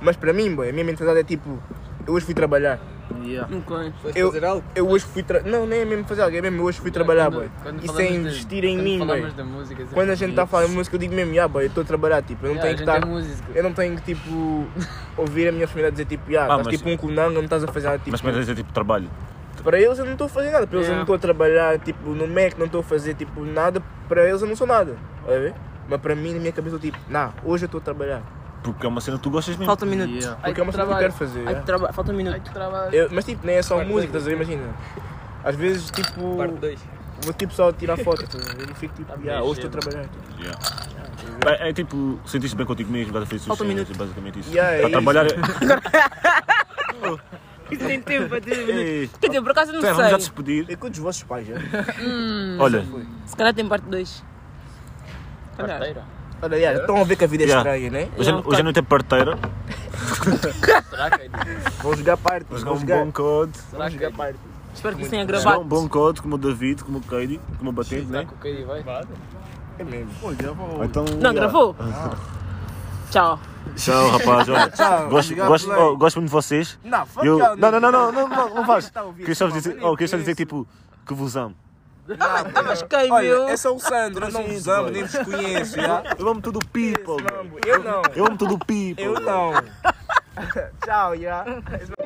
Speaker 1: mas para mim, boy, a minha mentalidade é tipo, eu hoje fui trabalhar.
Speaker 3: Yeah.
Speaker 4: Nunca.
Speaker 6: Vais
Speaker 1: Eu-
Speaker 6: fazer algo?
Speaker 1: Eu hoje fui tra... Não, nem é mesmo fazer algo, é mesmo, eu hoje fui trabalhar, boy.
Speaker 5: Quando
Speaker 1: Isso é
Speaker 5: falamos de-
Speaker 1: investir em
Speaker 5: quando
Speaker 1: mim,
Speaker 5: falamos
Speaker 1: boy.
Speaker 5: da música,
Speaker 1: Quando a gente está a falar de música, eu digo mesmo, yeah, boy, eu estou a trabalhar, tipo, eu não
Speaker 5: yeah,
Speaker 1: tenho
Speaker 5: a
Speaker 1: que
Speaker 5: gente
Speaker 1: estar.
Speaker 5: é músico.
Speaker 1: Eu não tenho que, tipo, ouvir a minha família dizer, tipo, ah, estás
Speaker 2: mas-
Speaker 1: tipo um cunanga, não estás a fazer nada. Tipo,
Speaker 2: Mas para dizer tipo trabalho.
Speaker 1: Para eles eu não estou a fazer nada, para eles eu não estou a trabalhar, tipo, no Mac, não estou a fazer, tipo, nada. Para eles eu não sou nada, a ver? Mas para mim, na minha cabeça, eu tipo, não, hoje eu estou a trabalhar.
Speaker 2: Porque é uma cena que tu gostas mesmo.
Speaker 4: Falta um minuto.
Speaker 3: Yeah.
Speaker 5: Ai,
Speaker 1: Porque é uma coisa que eu
Speaker 5: trabalho.
Speaker 1: quero fazer.
Speaker 4: Ai,
Speaker 1: é.
Speaker 4: que trabalho. Falta um
Speaker 5: Ai,
Speaker 4: minuto.
Speaker 5: que trabalho.
Speaker 1: Eu- mas, tipo, nem é só
Speaker 6: Parte
Speaker 1: música,
Speaker 6: dois.
Speaker 1: estás a ver? Imagina. Às vezes, tipo,
Speaker 6: Parte 2.
Speaker 1: vou, tipo, só tirar foto, estás a ver? Eu não fico, tipo,
Speaker 5: Tá
Speaker 1: yeah, hoje estou a
Speaker 5: mexendo.
Speaker 1: trabalhar. Tipo.
Speaker 2: Yeah. Pá, É, tipo, sentiste bem contigo mesmo, estás a fazer suas
Speaker 4: Falta um
Speaker 2: cenas,
Speaker 4: minuto.
Speaker 2: basicamente isso.
Speaker 1: Yeah, é
Speaker 2: Para
Speaker 1: isso.
Speaker 2: trabalhar.
Speaker 4: Isso tem tempo para ter um minuto.
Speaker 2: Ei,
Speaker 4: Quer dizer, por acaso eu não
Speaker 2: então, é, vamos já
Speaker 4: sei.
Speaker 2: despedir.
Speaker 1: É com os vossos pais, já. Hum.
Speaker 2: Olha,
Speaker 4: Se calhar tem parte 2.
Speaker 5: Parteira.
Speaker 1: Olha, yeah, estão a ver que a vida é
Speaker 2: Yeah.
Speaker 1: estranha, né?
Speaker 2: hoje,
Speaker 4: É um
Speaker 2: hoje à noite é parteira.
Speaker 5: Será que é disso?
Speaker 1: Vão jogar parte,
Speaker 2: Vou
Speaker 1: vão
Speaker 2: jogar um
Speaker 1: jogar,
Speaker 2: bom code.
Speaker 5: Será que é disso?
Speaker 1: parte.
Speaker 4: Espero que isso tenha
Speaker 2: Jogar
Speaker 4: gravado.
Speaker 2: um bom code, como o David, como o Katie, como o Batente,
Speaker 5: Será
Speaker 2: né?
Speaker 5: que tá o Katie vai?
Speaker 1: É mesmo.
Speaker 3: Pô, gravou.
Speaker 2: Ou Então,
Speaker 4: Não,
Speaker 2: yeah.
Speaker 4: gravou? Tchau.
Speaker 2: Tchau, rapaz. Olha,
Speaker 1: Tchau,
Speaker 2: gosto,
Speaker 1: obrigado,
Speaker 2: gosto,
Speaker 1: Blake.
Speaker 2: oh, gosto muito de vocês.
Speaker 1: Não, fuck
Speaker 2: Eu,
Speaker 1: y'all,
Speaker 2: não, não,
Speaker 1: nigga.
Speaker 2: não, não, não, não, não faz.
Speaker 1: Tá a ouvir
Speaker 2: Queria só
Speaker 1: esse
Speaker 2: dizer,
Speaker 1: mal,
Speaker 2: oh, queria só dizer tipo, que vos amo.
Speaker 4: Ah, mas quem, meu?
Speaker 1: Olha, é só o Sandro, eu não vos amo, nem vos conheço, já.
Speaker 2: Eu amo todo o people.
Speaker 1: Não, Eu não.
Speaker 2: Eu amo todo o people.
Speaker 1: Eu não. Tchau, já.